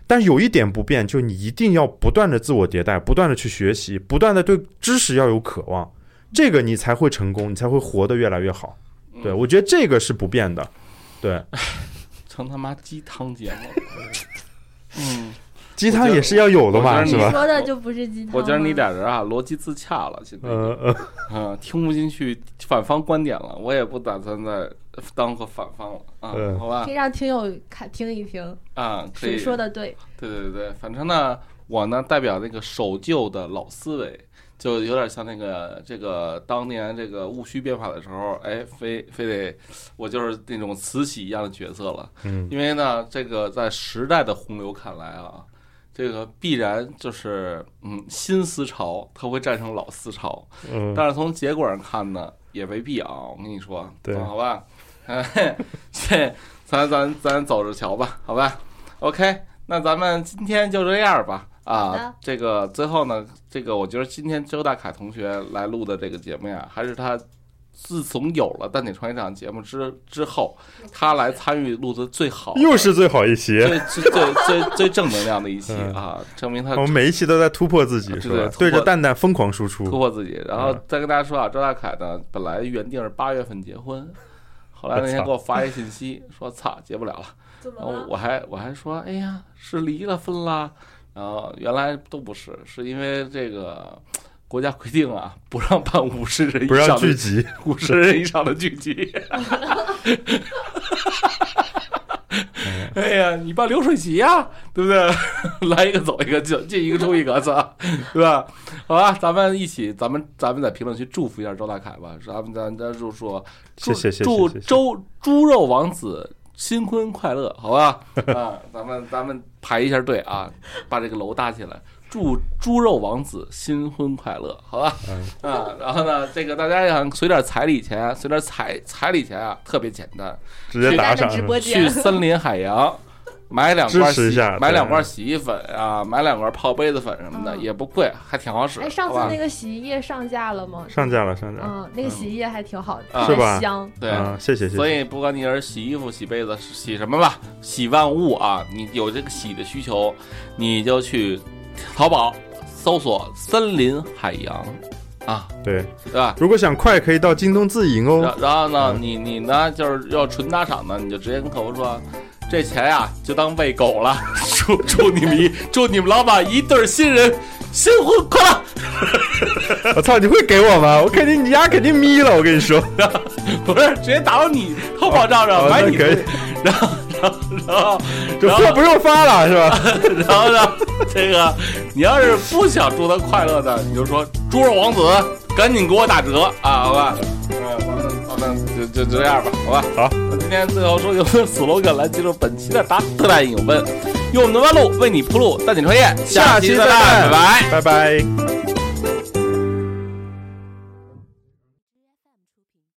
C: 但有一点不变，就你一定要不断的自我迭代，不断的去学习，不断的对知识要有渴望，这个你才会成功，你才会活得越来越好。对，
A: 嗯
C: 我觉得这个是不变的。 对，
A: 成他妈鸡汤节目 了。嗯，
C: 鸡汤也是要有的嘛，
A: 我觉得
B: 你
C: 是
A: 你
C: 吧？
B: 说的就不是鸡汤吗，
A: 我觉得你俩人啊逻辑自洽了，现在
C: 呃呃，
A: 啊听不进去反方观点了，我也不打算再当个反方了啊
C: 嗯，
A: 好吧
B: 可以让听友看听一听，
A: 啊，可
B: 谁
A: 以
B: 说的对？
A: 对对对，反正呢，我呢代表那个守旧的老思维，就有点像那个这个当年这个戊戌变法的时候，哎，非非得我就是那种慈禧一样的角色了。
C: 嗯，
A: 因为呢，这个在时代的洪流看来啊，这个必然就是嗯新思潮它会战胜老思潮，
C: 嗯
A: 但是从结果上看呢，也未必啊。我跟你说，
C: 对
A: 嗯好吧， 哎，这咱咱咱走着瞧吧，好吧，OK，那咱们今天就这样吧。
B: 好
A: 啊
B: 的，
A: 这个最后呢，这个我觉得今天周大凯同学来录的这个节目呀，还是他自从有了《蛋姐创业这档节目之之后，他来参与录的最好的，
C: 又是最好一期，
A: 最最最最最正能量的一期
C: 嗯
A: 啊，证明他
C: 我们每一期都在突破自己，
A: 对
C: 是
A: 对
C: 吧？
A: 突破
C: 对着蛋蛋疯狂输
A: 突
C: 出，
A: 破自己。然
C: 嗯
A: 后再跟大家说啊，周大凯呢，本来原定是八月份结婚，后来那天给我发一信息说：“操，结不了了。”
B: 怎么
A: 然后
B: 了？
A: 我还我还说：“哎呀，是离了婚啦。”然后原来都不是，是因为这个国家规定啊，不让办五十人以
C: 不让
A: 上
C: 聚
A: 的
C: 集。
A: 五十人以上的聚集。哎呀，你办流水席呀、对 不对？来一个走一个，进进一个出一个， 操，对吧？好吧，咱们一起，咱们咱们在评论区祝福一下周大凯吧，咱们咱咱就说，
C: 谢谢谢谢
A: 祝
C: 谢谢
A: 周猪肉王子新婚快乐，好吧？啊， 咱们咱们排一下队啊，把这个楼搭起来。祝猪肉王子新婚快乐，好吧？
C: 嗯
A: 啊，然后呢，这个大家想随点彩礼钱，啊随点彩彩礼钱啊，特别简单，
C: 直接
B: 谁
C: 打
B: 家
C: 赏
B: 的。直播
A: 去
B: 间，
A: 森林海洋买两罐
C: 支持一
A: 洗
C: 下对
A: 买两罐洗衣粉啊，买两罐泡杯子粉什么的，
B: 嗯
A: 也不贵，还挺好使。
B: 哎，上次
A: 好吧
B: 那个洗衣液上架了吗？
C: 上架了，上架了，
B: 嗯，那个洗衣液还挺好的，
A: 啊
B: 特
C: 是吧
B: 别香。
A: 对。
C: 啊，谢谢谢
A: 所
C: 谢，
A: 以不管你是洗衣服、洗被子、洗什么吧，洗万物啊，你有这个洗的需求，你就去淘宝搜索“森林海洋”啊，
C: 对。
A: 对吧？
C: 如果想快，可以到京东自营哦
A: 然。然后呢，
C: 嗯
A: 你你呢就是要纯打赏的，你就直接跟客服说，这钱呀、就当喂狗了。祝祝你们一祝你们老板一对儿新人新婚快乐。 啊
C: 我操，你会给我吗？我肯定你丫肯定眯了，我跟你说。
A: 不是，直接打到你淘宝账上
C: 哦
A: 买
C: 那
A: 你
C: 可
A: 的
C: 以，
A: 然后然后然后
C: 就货不用发了，是吧？
A: 然后呢，这个你要是不想祝他快乐的，你就说猪肉王子赶紧给我打折啊，好吧？嗯，咱们咱们就就就这样吧，好吧？
C: 好，
A: 那今天最后说有的 slogan 来结束本期的答特大影有问，用我们的弯路为你铺路，带你创业，
C: 下
A: 期
C: 期
A: 再拜
C: 再看
A: 拜。
C: 拜拜。